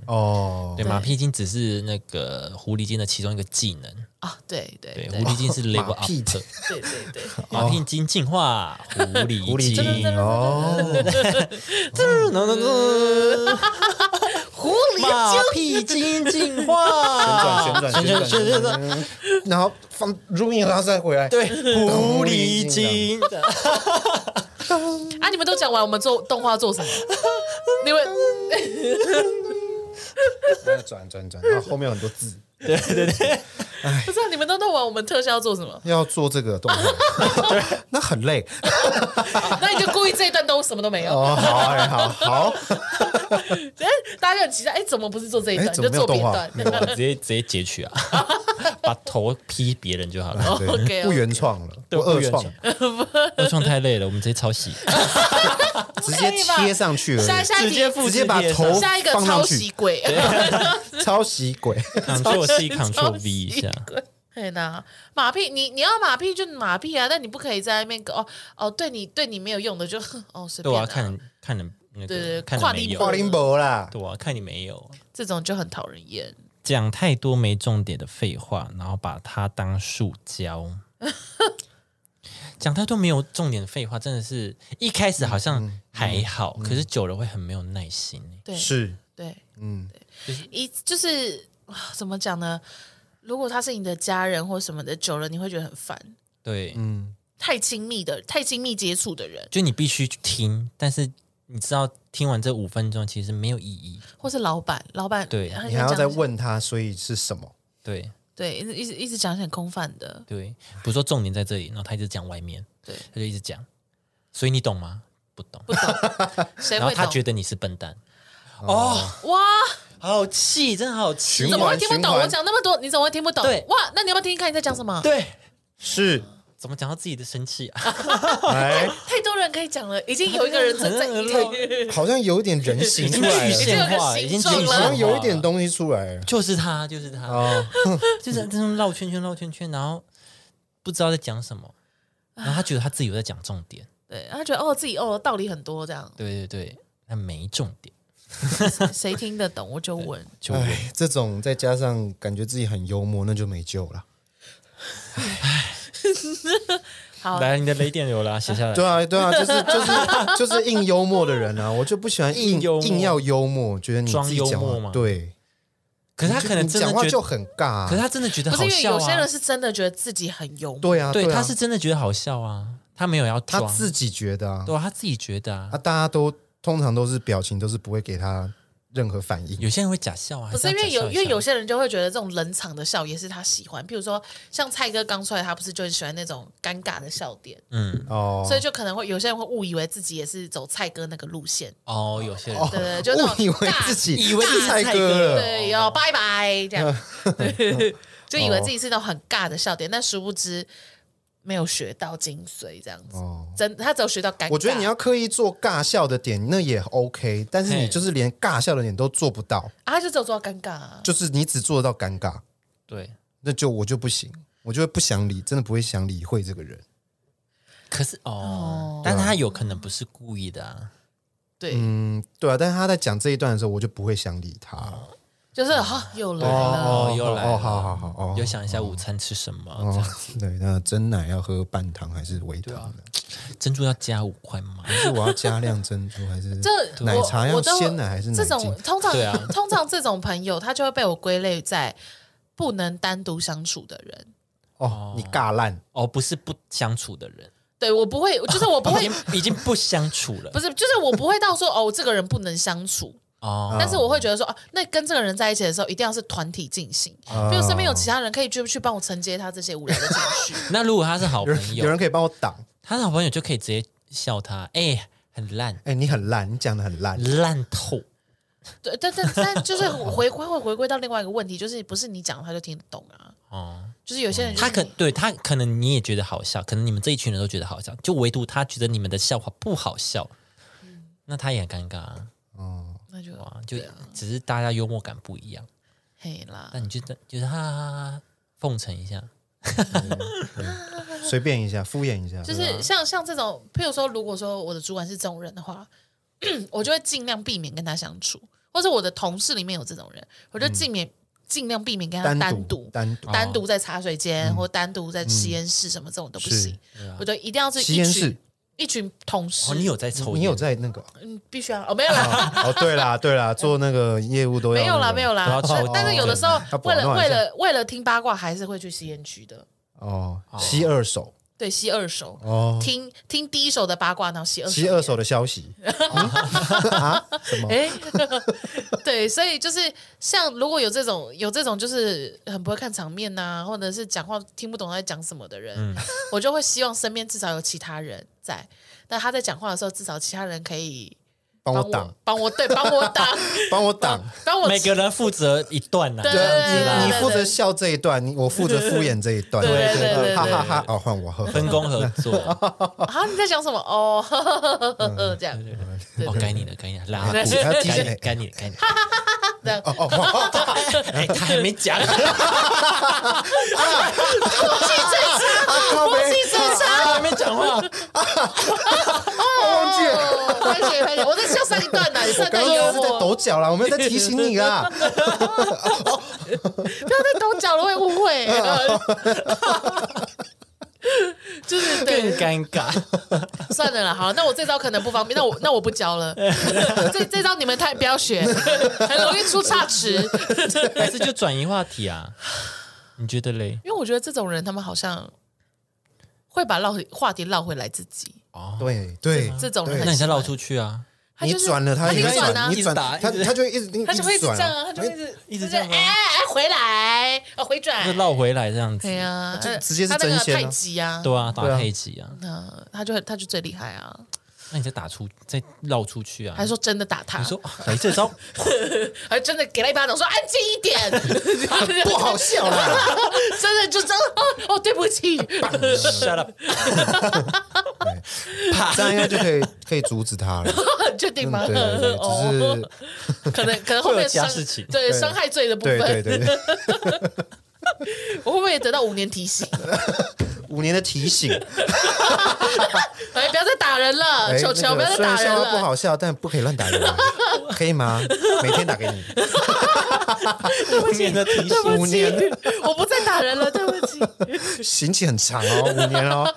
Speaker 1: 嗯
Speaker 3: 哦，
Speaker 1: 对，马屁精只是那个狐狸精的其中一个技能。
Speaker 2: 啊。对对
Speaker 1: 对，
Speaker 2: 对
Speaker 1: 狐狸精是 level
Speaker 3: 马屁
Speaker 1: up，
Speaker 3: 精
Speaker 1: 的
Speaker 2: 对对对，
Speaker 1: 马屁精进化狐狸
Speaker 3: 狐狸
Speaker 1: 精嗯
Speaker 3: 精。哦，
Speaker 2: 狐狸
Speaker 1: 马
Speaker 2: 精
Speaker 1: 屁精进化，
Speaker 3: 哦旋转旋
Speaker 1: 旋转
Speaker 3: 转旋转旋转，然后放录音，然后再回来。
Speaker 1: 对，狐
Speaker 3: 狐
Speaker 1: 狸
Speaker 3: 狸
Speaker 1: 精
Speaker 3: 精，
Speaker 2: 啊！你们都讲完，我们做动画做什么？你们
Speaker 3: 然后哎转转转，然后后面有很多字，
Speaker 2: 不知道你们都弄完，我们特效做什么？
Speaker 3: 要做这个动作，那很累。
Speaker 2: 那你就故意这一段都什么都没有。
Speaker 3: 哦，好，哎，好 好，
Speaker 2: 哎，大家就很期待，哎，怎么不是做这一段，
Speaker 3: 哎怎
Speaker 2: 你就
Speaker 3: 么没有
Speaker 2: 做别
Speaker 3: 动画
Speaker 2: 段？
Speaker 3: 没有
Speaker 1: 我直接直接截取啊， 把头劈别人就好了。
Speaker 3: 对
Speaker 2: OK，OK
Speaker 3: 不原创了，
Speaker 1: 对
Speaker 3: 不
Speaker 1: 不
Speaker 3: 二
Speaker 1: 原
Speaker 3: 创，
Speaker 1: 二创太累了，我们直接抄袭，
Speaker 3: 直接贴上去而
Speaker 2: 下
Speaker 3: 已，
Speaker 2: 下一
Speaker 1: 直接
Speaker 2: 题，
Speaker 1: 复制
Speaker 3: 直接把
Speaker 1: 贴上
Speaker 3: 头
Speaker 2: 下一个
Speaker 3: 放
Speaker 2: 抄
Speaker 3: 上
Speaker 2: 袭
Speaker 3: 去，
Speaker 2: 鬼
Speaker 3: 抄袭鬼。
Speaker 1: ，Ctrl C Ctrl V 一下。
Speaker 2: 抄袭鬼对的，马屁，你你要马屁就马屁啊，但你不可以在那边搞哦哦，对你对你没有用的就 哼哦随
Speaker 1: 对
Speaker 2: 便
Speaker 1: 啊，
Speaker 2: 啊，
Speaker 1: 看人看人那
Speaker 2: 对
Speaker 1: 个
Speaker 2: 对
Speaker 1: 看
Speaker 2: 跨
Speaker 1: 你没
Speaker 2: 地
Speaker 1: 有
Speaker 2: 步
Speaker 3: 花林博啦，
Speaker 1: 对啊，看你没有
Speaker 2: 这种就很讨人厌。
Speaker 1: 讲太多没重点的废话，然后把它当塑胶。讲太多没有重点的废话，真的是一开始好像还好，可是久了会很没有耐心欸。
Speaker 2: 对
Speaker 3: 是，
Speaker 2: 对，
Speaker 3: 嗯，
Speaker 2: 一就是啊怎么讲呢？如果他是你的家人或什么的，久了你会觉得很烦。
Speaker 1: 对，
Speaker 3: 嗯
Speaker 2: 太亲密的、太亲密接触的人，
Speaker 1: 就你必须去听，但是你知道听完这五分钟其实没有意义。
Speaker 2: 或是老板，老板
Speaker 1: 对
Speaker 2: 很
Speaker 3: 你还要
Speaker 2: 讲
Speaker 3: 再问他，所以是什么？
Speaker 1: 对
Speaker 2: 对，一直一直一直讲一些很空泛的，
Speaker 1: 对，比如说重点在这里，然后他一直讲外面，
Speaker 2: 对，
Speaker 1: 他就一直讲，所以你懂吗？不懂。
Speaker 2: 不懂，谁
Speaker 1: 然后
Speaker 2: 会
Speaker 1: 他觉
Speaker 2: 懂？
Speaker 1: 得你是笨蛋，哦，
Speaker 2: 哇，
Speaker 1: 好气，真的好气
Speaker 3: 循
Speaker 2: 怎么会
Speaker 3: 环
Speaker 2: 听不
Speaker 3: 循
Speaker 2: 懂？我
Speaker 3: 环
Speaker 2: 讲那么多，你怎么会听不懂？
Speaker 1: 对
Speaker 2: 哇，那你要不要听听看你在讲什么？
Speaker 1: 对，
Speaker 3: 是，
Speaker 1: 怎么讲到自己的生气啊？
Speaker 3: 哎，
Speaker 2: 太多人可以讲了，已经有一个人正 在
Speaker 1: 很
Speaker 2: 一
Speaker 1: 很
Speaker 2: 个，
Speaker 3: 好像有点人形
Speaker 1: 已
Speaker 3: 出
Speaker 1: 经
Speaker 3: 来
Speaker 1: 具
Speaker 3: 了，
Speaker 1: 现化，已经具
Speaker 2: 已经有
Speaker 1: 现
Speaker 2: 一个形状
Speaker 1: 化
Speaker 2: 了
Speaker 3: 好
Speaker 1: 了
Speaker 3: 像有一点，东西出来了。
Speaker 1: 就是他，就是他，
Speaker 3: 哦，
Speaker 1: 就是这种绕圈圈绕圈圈，然后不知道在讲什么，然后他觉得他自己有在讲重点，
Speaker 2: 对，他觉得哦自己哦道理很多这 样，
Speaker 1: 对对对，那没重点，
Speaker 2: 谁听得懂我就问。
Speaker 1: 就我
Speaker 3: 哎，这种再加上感觉自己很幽默，那就没救了。
Speaker 2: 好，
Speaker 1: 来你的雷电流啦，写下来
Speaker 3: 对，啊，对啊，就是 就是就是硬幽默的人啊，我就不喜欢硬
Speaker 1: 硬幽默
Speaker 3: 硬要幽默，觉得你自
Speaker 1: 装
Speaker 3: 己
Speaker 1: 幽
Speaker 3: 讲
Speaker 1: 默
Speaker 3: 话
Speaker 1: 吗
Speaker 3: 对，
Speaker 1: 可是他
Speaker 3: 你就
Speaker 1: 可能
Speaker 3: 你
Speaker 1: 真的
Speaker 3: 讲话
Speaker 1: 觉
Speaker 3: 就
Speaker 1: 得，
Speaker 3: 很尬，啊
Speaker 1: 可是他真的觉得
Speaker 2: 不是
Speaker 1: 好
Speaker 2: 因为有
Speaker 1: 笑
Speaker 2: 些人
Speaker 1: 啊，
Speaker 2: 是真的觉得自己很幽默，
Speaker 3: 对啊，
Speaker 1: 对，
Speaker 3: 啊
Speaker 1: 他是真的觉得好笑啊，他没有要
Speaker 3: 他
Speaker 1: 装，
Speaker 3: 自己觉得啊，
Speaker 1: 对啊他自己觉得啊
Speaker 3: 啊，，大家都通常都是表情都是不会给他任何反应，
Speaker 1: 有些人会假笑啊，
Speaker 2: 不是
Speaker 1: 还
Speaker 2: 因
Speaker 1: 要
Speaker 2: 为
Speaker 1: 假笑
Speaker 2: 有，
Speaker 1: 一
Speaker 2: 因为
Speaker 1: 下
Speaker 2: 有些人就会觉得这种冷场的笑也是他喜欢，譬如说像蔡哥刚出来，他不是就很喜欢那种尴尬的笑点，
Speaker 1: 嗯
Speaker 3: 哦，
Speaker 2: 所以就可能会有些人会误以为自己也是走蔡哥那个路线，
Speaker 1: 哦，有些人
Speaker 3: 哦
Speaker 2: 对对就那种
Speaker 3: 误以为
Speaker 2: 尬
Speaker 3: 自己
Speaker 1: 以为自己
Speaker 3: 是
Speaker 1: 是
Speaker 3: 蔡
Speaker 1: 蔡
Speaker 3: 哥
Speaker 1: 哥
Speaker 3: 了，
Speaker 2: 啊对，要拜
Speaker 3: 哦
Speaker 2: 拜这样，对就以为自己是那种很尬的笑点，但殊不知没有学到精髓，这样子，
Speaker 3: 哦
Speaker 2: 真他只有学到尴尬。
Speaker 3: 我觉得你要刻意做尬笑的点，那也 OK，但是你
Speaker 1: 嘿
Speaker 3: 就是连尬笑的点都做不到，
Speaker 2: 啊，他就只有做到尴尬、啊，
Speaker 3: 就是你只做得到尴尬，
Speaker 1: 对，
Speaker 3: 那就我就不行，我就会不想理，真的不会想理会这个人。
Speaker 1: 可是哦，但他有可能不是故意的啊。
Speaker 2: 对，
Speaker 3: 嗯，对啊，但是他在讲这一段的时候，我就不会想理他。
Speaker 2: 就是哈、又来了，
Speaker 3: 哦
Speaker 1: 又来了
Speaker 3: 哦，好好好哦
Speaker 1: 有。想一下午餐吃什么？这
Speaker 3: 哦
Speaker 1: 样，
Speaker 3: 对，那真奶要喝半糖还是微糖
Speaker 1: 啊
Speaker 3: 的？
Speaker 1: 珍珠要加五块吗？
Speaker 3: 还是我要加量珍珠，还是
Speaker 2: 这
Speaker 3: 奶茶
Speaker 2: 我
Speaker 3: 要
Speaker 2: 我都
Speaker 3: 鲜奶还是奶
Speaker 2: 这
Speaker 3: 精
Speaker 2: 种？通常、
Speaker 1: 对啊
Speaker 2: 通常这种朋友，他就会被我归类在不能单独相处的人。
Speaker 3: 哦，你尬烂，
Speaker 1: 哦，不是不相处的人，
Speaker 2: 对我不会，就是我不
Speaker 1: 已
Speaker 2: 会，
Speaker 1: 经已经不相处了
Speaker 2: 哦不。是，就是我不会到说哦，我这个人不能相处，
Speaker 1: 哦，
Speaker 2: 但是我会觉得说啊，那跟这个人在一起的时候，一定要是团体进行，
Speaker 1: 啊
Speaker 2: 比如身边有其他人可以去去帮我承接他这些无聊的情绪。
Speaker 1: 那如果他是好
Speaker 3: 有人
Speaker 1: 哦朋
Speaker 3: 有
Speaker 1: 友，
Speaker 3: 人可以帮我挡。
Speaker 1: 他的好朋友就可以直接笑他，哎，很烂，
Speaker 3: 哎，你很烂，你讲的很烂。
Speaker 1: 烂透。
Speaker 2: 对，但但但就是回归会回归到另外一个问题，就是不是你讲他就听得懂啊？
Speaker 1: 哦，
Speaker 2: 就是有些人就是
Speaker 1: 他可
Speaker 2: 你
Speaker 1: 对他可能你也觉得好笑，可能你们这一群人都觉得好笑，就唯独他觉得你们的笑话不好笑，
Speaker 2: 嗯
Speaker 1: 那他也很尴尬啊。
Speaker 3: 哦，
Speaker 2: 那就
Speaker 1: 哇，就只是大家幽默感不一样，
Speaker 2: 嘿啦，
Speaker 1: 但你就就是哈哈哈哈奉承一下，
Speaker 3: 随便一下，敷衍一下。
Speaker 1: 啊
Speaker 2: 就是像像这种，譬如说，如果说我的主管是这种人的话，我就会尽量避免跟他相处，或者我的同事里面有这种人，我就
Speaker 1: 嗯
Speaker 2: 尽免、尽量避免跟他
Speaker 3: 单
Speaker 2: 单
Speaker 3: 独
Speaker 2: 独。
Speaker 3: 单独
Speaker 2: 单独在茶水间、或单独在实验室什么这种都不
Speaker 3: 嗯是啊
Speaker 2: 行，我就一定要是
Speaker 3: 实
Speaker 2: 一
Speaker 3: 验
Speaker 2: 群
Speaker 3: 室，
Speaker 2: 一群同事，
Speaker 1: 哦，你有在抽烟？
Speaker 3: 你有在那个？
Speaker 2: 嗯，必须要哦，没有啦，
Speaker 3: 哦，对啦对啦，做那个业务都 要
Speaker 2: 没有啦，
Speaker 3: 那个
Speaker 2: 没有啦
Speaker 1: 都要。
Speaker 2: 但
Speaker 1: 抽
Speaker 2: 但是有的时候
Speaker 3: 要，保
Speaker 2: 为了
Speaker 3: 暖一下
Speaker 2: 为了为了听八卦，还是会去吸烟区的，
Speaker 3: 哦，吸二手
Speaker 2: 对，吸二手，
Speaker 3: 哦，
Speaker 2: 听听第一手的八卦，然后吸二手，
Speaker 3: 吸二手的消息啊？什么？
Speaker 2: 哎， 对，所以就是像如果有这种有这种就是很不会看场面呐、或者是讲话听不懂在讲什么的人，
Speaker 3: 嗯
Speaker 2: 我就会希望身边至少有其他人在。那他在讲话的时候，至少其他人可以
Speaker 3: 帮
Speaker 2: 帮
Speaker 3: 我
Speaker 2: 我
Speaker 3: 挡，
Speaker 2: 帮我对，帮我 挡，
Speaker 3: 帮我挡。
Speaker 2: 帮我
Speaker 1: 每个人负责一段呐、
Speaker 2: 对
Speaker 1: 这样子
Speaker 3: 你
Speaker 2: 对
Speaker 3: 你
Speaker 1: 啦，
Speaker 3: 负责笑这一段，你我负责敷衍这一段。
Speaker 2: 对对对对
Speaker 3: 哈 哈哈！哦，换 我喝。
Speaker 1: 分工合作，
Speaker 2: 啊你在讲什么？哦，呵呵呵呵呵
Speaker 3: 嗯
Speaker 2: 呵，这样。对
Speaker 1: 哦，该你的，该你的，拉
Speaker 3: 对
Speaker 1: 肚
Speaker 3: 对对
Speaker 1: 该
Speaker 3: 对
Speaker 1: 你，该你， 该你，
Speaker 2: 这样，
Speaker 3: 哦哦，
Speaker 1: 哎，他还没讲，
Speaker 3: 我
Speaker 2: 气最差，
Speaker 1: 他还没 讲话，
Speaker 3: 忘记了，
Speaker 2: 哦拍手拍手，我在笑上一段呢，你上一段
Speaker 3: 刚刚
Speaker 2: 幽
Speaker 3: 是在
Speaker 2: 默，
Speaker 3: 抖脚啦，我们在提醒你 啦。
Speaker 2: 不要再抖脚了，会误 会。
Speaker 3: 嗯
Speaker 2: 就是
Speaker 1: 更
Speaker 2: 对，
Speaker 1: 尴尬。
Speaker 2: 算了啦，好，那我这招可能不方便，那我那我不教 了，这这招你们太不要学， 很容易出岔池，
Speaker 1: 还是就转移话题啊？你觉得嘞？
Speaker 2: 因为我觉得这种人他们好像会把绕话题绕回来自己，
Speaker 1: 哦，
Speaker 3: 对啊对，
Speaker 2: 这种人
Speaker 1: 那
Speaker 2: 很
Speaker 1: 你
Speaker 2: 喜
Speaker 1: 再
Speaker 2: 欢
Speaker 1: 绕出去啊！
Speaker 2: 他
Speaker 3: 你
Speaker 2: 就是
Speaker 3: 转了他
Speaker 2: 他
Speaker 3: 也
Speaker 2: 就
Speaker 3: 会
Speaker 2: 转啊
Speaker 3: 转，你转
Speaker 1: 一直打
Speaker 3: 他
Speaker 1: 一直
Speaker 3: 他就一直
Speaker 2: 他就会一直这
Speaker 3: 转
Speaker 2: 样
Speaker 3: 啊
Speaker 2: 啊，他就会一直
Speaker 1: 一直
Speaker 2: 就是
Speaker 1: 这样吗
Speaker 2: 哎哎回来，哦回
Speaker 1: 就
Speaker 2: 转，
Speaker 1: 绕回来这样子
Speaker 2: 对，呀，
Speaker 3: 啊就
Speaker 2: 他
Speaker 3: 直接是
Speaker 2: 他那个
Speaker 3: 真仙啊
Speaker 2: 太极啊，
Speaker 1: 对啊，打
Speaker 3: 对啊
Speaker 1: 太极啊，
Speaker 2: 嗯，他就很他就最厉害啊，
Speaker 1: 那你再打出，再绕出去啊
Speaker 2: 还？说真的打他，
Speaker 1: 你说哎，这招
Speaker 2: 还真的给他一巴掌，说安静一点，
Speaker 3: 不好，笑啦。
Speaker 2: 真的就真的哦哦，对不 起，
Speaker 1: shut up，
Speaker 3: 这样应该就可以可以阻止他 了。
Speaker 2: 确定吗？
Speaker 3: 嗯对对对，
Speaker 2: 哦，
Speaker 3: 只是
Speaker 2: 可能可能后
Speaker 1: 会
Speaker 2: 面
Speaker 1: 有其他
Speaker 2: 伤
Speaker 1: 事情
Speaker 2: 对
Speaker 3: 对
Speaker 2: 伤害罪的部
Speaker 3: 对
Speaker 2: 分，
Speaker 3: 对对对，
Speaker 2: 我会不会也得到五年提醒？
Speaker 3: 五年的 提醒，
Speaker 2: 哎，不要再打人了，
Speaker 3: 哎
Speaker 2: 球球，
Speaker 3: 那
Speaker 2: 不
Speaker 3: 个
Speaker 2: 要再
Speaker 3: 虽然
Speaker 2: 打人
Speaker 3: 笑话不
Speaker 2: 了，
Speaker 3: 好笑，但不可以乱 打人啊，可以吗？每天打给你，
Speaker 1: 五年的提
Speaker 2: 对
Speaker 1: 醒，
Speaker 2: 不
Speaker 3: 五
Speaker 2: 起
Speaker 3: 年，
Speaker 2: 我不再打人了，对不起。
Speaker 3: 刑期很长哦，五年哦。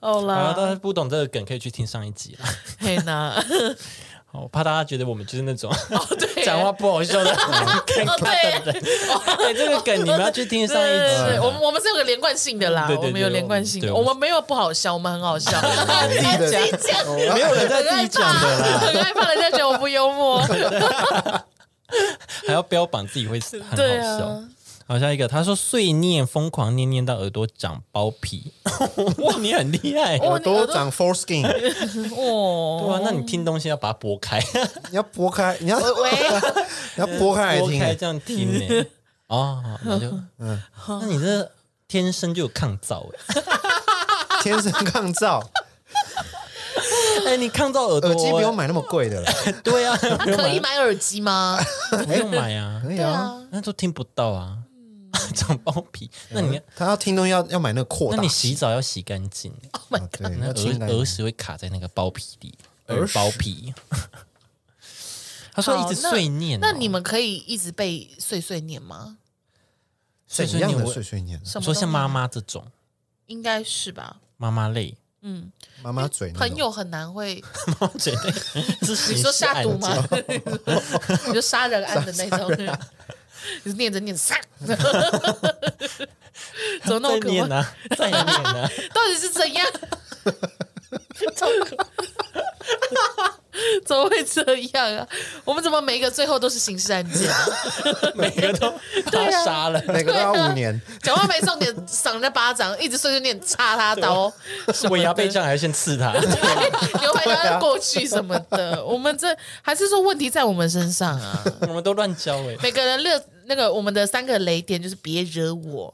Speaker 2: 好
Speaker 1: 啊，大
Speaker 2: 啦，
Speaker 1: 家不懂这个梗可以去听上一集啦。
Speaker 2: 嘿呐，哦
Speaker 1: 好我怕大家觉得我们就是那种
Speaker 2: 对
Speaker 1: 讲话不好笑的 尴
Speaker 2: 哦
Speaker 1: 尬的人。 哎，这个梗你们要去 听上一
Speaker 2: 对对对
Speaker 1: 集。
Speaker 2: 我们我们是有个连贯性的啦，
Speaker 1: 嗯对对对
Speaker 2: 我们有连贯性的，
Speaker 1: 对
Speaker 2: 我
Speaker 1: 我们
Speaker 2: 们没有不好笑，我们很 好笑，自
Speaker 3: 己讲
Speaker 2: 讲，
Speaker 1: 没有人在
Speaker 2: 很
Speaker 1: 自己
Speaker 2: 害
Speaker 1: 讲的
Speaker 2: 怕，
Speaker 1: 啦，
Speaker 2: 很害怕人家觉得我不幽默，
Speaker 1: 还要标榜自己会很好
Speaker 2: 对
Speaker 1: 笑。
Speaker 2: 啊，
Speaker 1: 好，下一个，他说碎念，疯狂念念到耳朵长包 皮。哇，你很厉害。
Speaker 2: 哦
Speaker 1: 对
Speaker 3: 耳
Speaker 2: 你耳
Speaker 3: 朵
Speaker 2: 朵
Speaker 3: 长 foreskin，
Speaker 2: 哦，
Speaker 1: 啊，那你听东西要把它拨开，
Speaker 3: 你要拨开，你要
Speaker 2: 喂，
Speaker 3: 你要拨开来
Speaker 1: 拨
Speaker 3: 听。嗯
Speaker 1: 开这样听呢。哦，那就，那你这天生就有抗 噪哎、
Speaker 3: 天生抗噪，
Speaker 1: 哎、你抗噪耳朵、
Speaker 3: 耳机不用买那么贵的了，
Speaker 1: 对啊，
Speaker 2: 他可以买耳机 吗？
Speaker 1: 不用买啊，
Speaker 3: 可以
Speaker 2: 对
Speaker 3: 啊。
Speaker 2: 啊，
Speaker 1: 那都听不到啊，
Speaker 2: 嗯
Speaker 1: 长包皮。那你
Speaker 3: 他要听东西要要买那个扩
Speaker 1: 那
Speaker 3: 大
Speaker 1: 你，洗澡要洗干净，
Speaker 3: 啊对，
Speaker 1: 那
Speaker 3: 要清
Speaker 1: 耳
Speaker 3: 单
Speaker 1: 耳屎会卡在那个包皮里，
Speaker 3: 耳
Speaker 1: 耳
Speaker 3: 屎
Speaker 1: 包皮。 他说一直
Speaker 2: 好那
Speaker 1: 碎念哦、
Speaker 2: 那你们可以一直被碎碎念吗？
Speaker 1: 碎
Speaker 3: 怎
Speaker 1: 碎
Speaker 3: 样
Speaker 1: 念
Speaker 3: 的
Speaker 1: 我
Speaker 3: 碎碎念啊？
Speaker 2: 什么
Speaker 1: 说像
Speaker 2: 东西
Speaker 1: 妈妈这种
Speaker 2: 应该是吧？
Speaker 1: 妈妈 类，
Speaker 2: 嗯，
Speaker 3: 妈妈嘴那种
Speaker 2: 朋友很难会，
Speaker 1: 妈妈嘴类，这是
Speaker 2: 你说下毒吗？ 你说杀人案的那 种，你念着念着杀， 怎么那
Speaker 1: 再
Speaker 2: 么可
Speaker 1: 念
Speaker 2: 怕？
Speaker 1: 啊， 再念啊，
Speaker 2: 到底是怎 样？超可怎么会这样啊？我们怎么每一个最后都是刑事案件、 啊？
Speaker 1: 每个 都把他杀了。
Speaker 3: 每个都要五年，
Speaker 2: 讲话没重点，赏人家巴掌，一直碎碎念，插他刀，
Speaker 1: 我牙被这样还要先刺他，
Speaker 3: 啊
Speaker 2: 刘海要过去什么的。我们这还是说问题在我们身上 啊？
Speaker 1: 我们都乱教哎、
Speaker 2: 每个人热那个我们的三个雷点就是别惹我，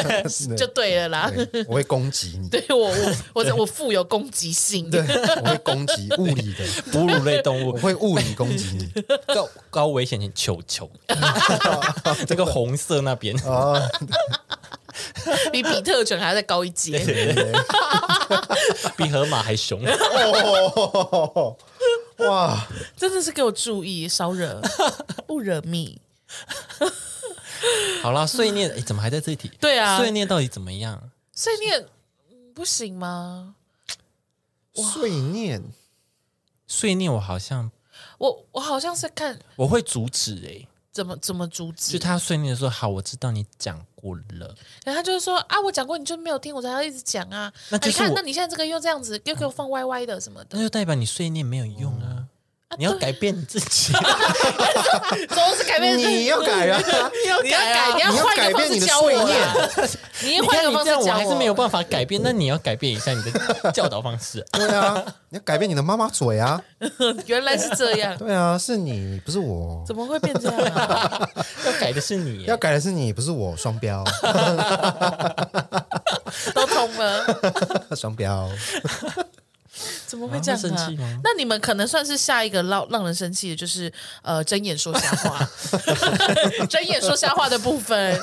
Speaker 2: 就对了啦。
Speaker 3: 对我会攻击你，
Speaker 2: 对我我我我富有攻击性，
Speaker 3: 对，我会攻击物理的，
Speaker 1: 哺乳类动
Speaker 3: 我
Speaker 1: 物
Speaker 3: 会物理攻击你。
Speaker 1: 高高危险性球 球，这个红色那边
Speaker 3: 哦，
Speaker 2: 比比特犬还要再高一阶。
Speaker 1: 比河马还凶。
Speaker 3: 哦哇，
Speaker 2: 真的是给我注意，少惹，不惹命。
Speaker 1: 好啦，碎念，哎，怎么还在这题？
Speaker 2: 对啊
Speaker 1: 碎念到底怎么样？
Speaker 2: 碎念嗯不行吗？
Speaker 3: 碎念
Speaker 1: 碎念我好像
Speaker 2: 我我好像是看
Speaker 1: 我会阻止、哎，
Speaker 2: 怎么怎么阻
Speaker 1: 就
Speaker 2: 止，
Speaker 1: 他碎念的时候，好，我知道你讲过了，
Speaker 2: 然后他就是说啊，我讲过你就没有听，我才要一直讲啊。
Speaker 1: 那
Speaker 2: 啊
Speaker 1: 就是
Speaker 2: 你看，
Speaker 1: 我
Speaker 2: 那你现在这个又这样子，又给我放歪歪的什么的
Speaker 1: 那，就代表你碎念没有用啊，你
Speaker 2: 对
Speaker 1: 要改变你自己。
Speaker 2: 总是改变
Speaker 3: 你要改啊，
Speaker 2: 你要改啊，你
Speaker 3: 你要
Speaker 2: 换一
Speaker 3: 改
Speaker 2: 个方
Speaker 3: 变
Speaker 2: 式
Speaker 3: 你的
Speaker 2: 教我
Speaker 3: 碎
Speaker 2: 啊，
Speaker 3: 念，
Speaker 2: 你
Speaker 1: 你
Speaker 2: 要换
Speaker 1: 看
Speaker 2: 一个
Speaker 1: 你
Speaker 2: 方
Speaker 1: 这
Speaker 2: 式
Speaker 1: 样，我
Speaker 2: 教
Speaker 1: 还是没有
Speaker 2: 我。啊
Speaker 1: 办法改变，那你要改变一下你的教导方式。
Speaker 3: 对啊，你要改变你的妈妈嘴啊，
Speaker 2: 原来是这样，
Speaker 3: 对啊，是你不是我，
Speaker 2: 怎么会变这样 啊？
Speaker 1: 要改的是你、
Speaker 3: 要改的是你不是我，双 标，
Speaker 2: 都通了，
Speaker 3: 双标，
Speaker 2: 怎么会这样
Speaker 1: 啊会生
Speaker 2: 啊
Speaker 1: 气吗？
Speaker 2: 那你们可能算是下一个让让人生气的，就是呃，睁眼说瞎 话，睁眼说瞎话的部分。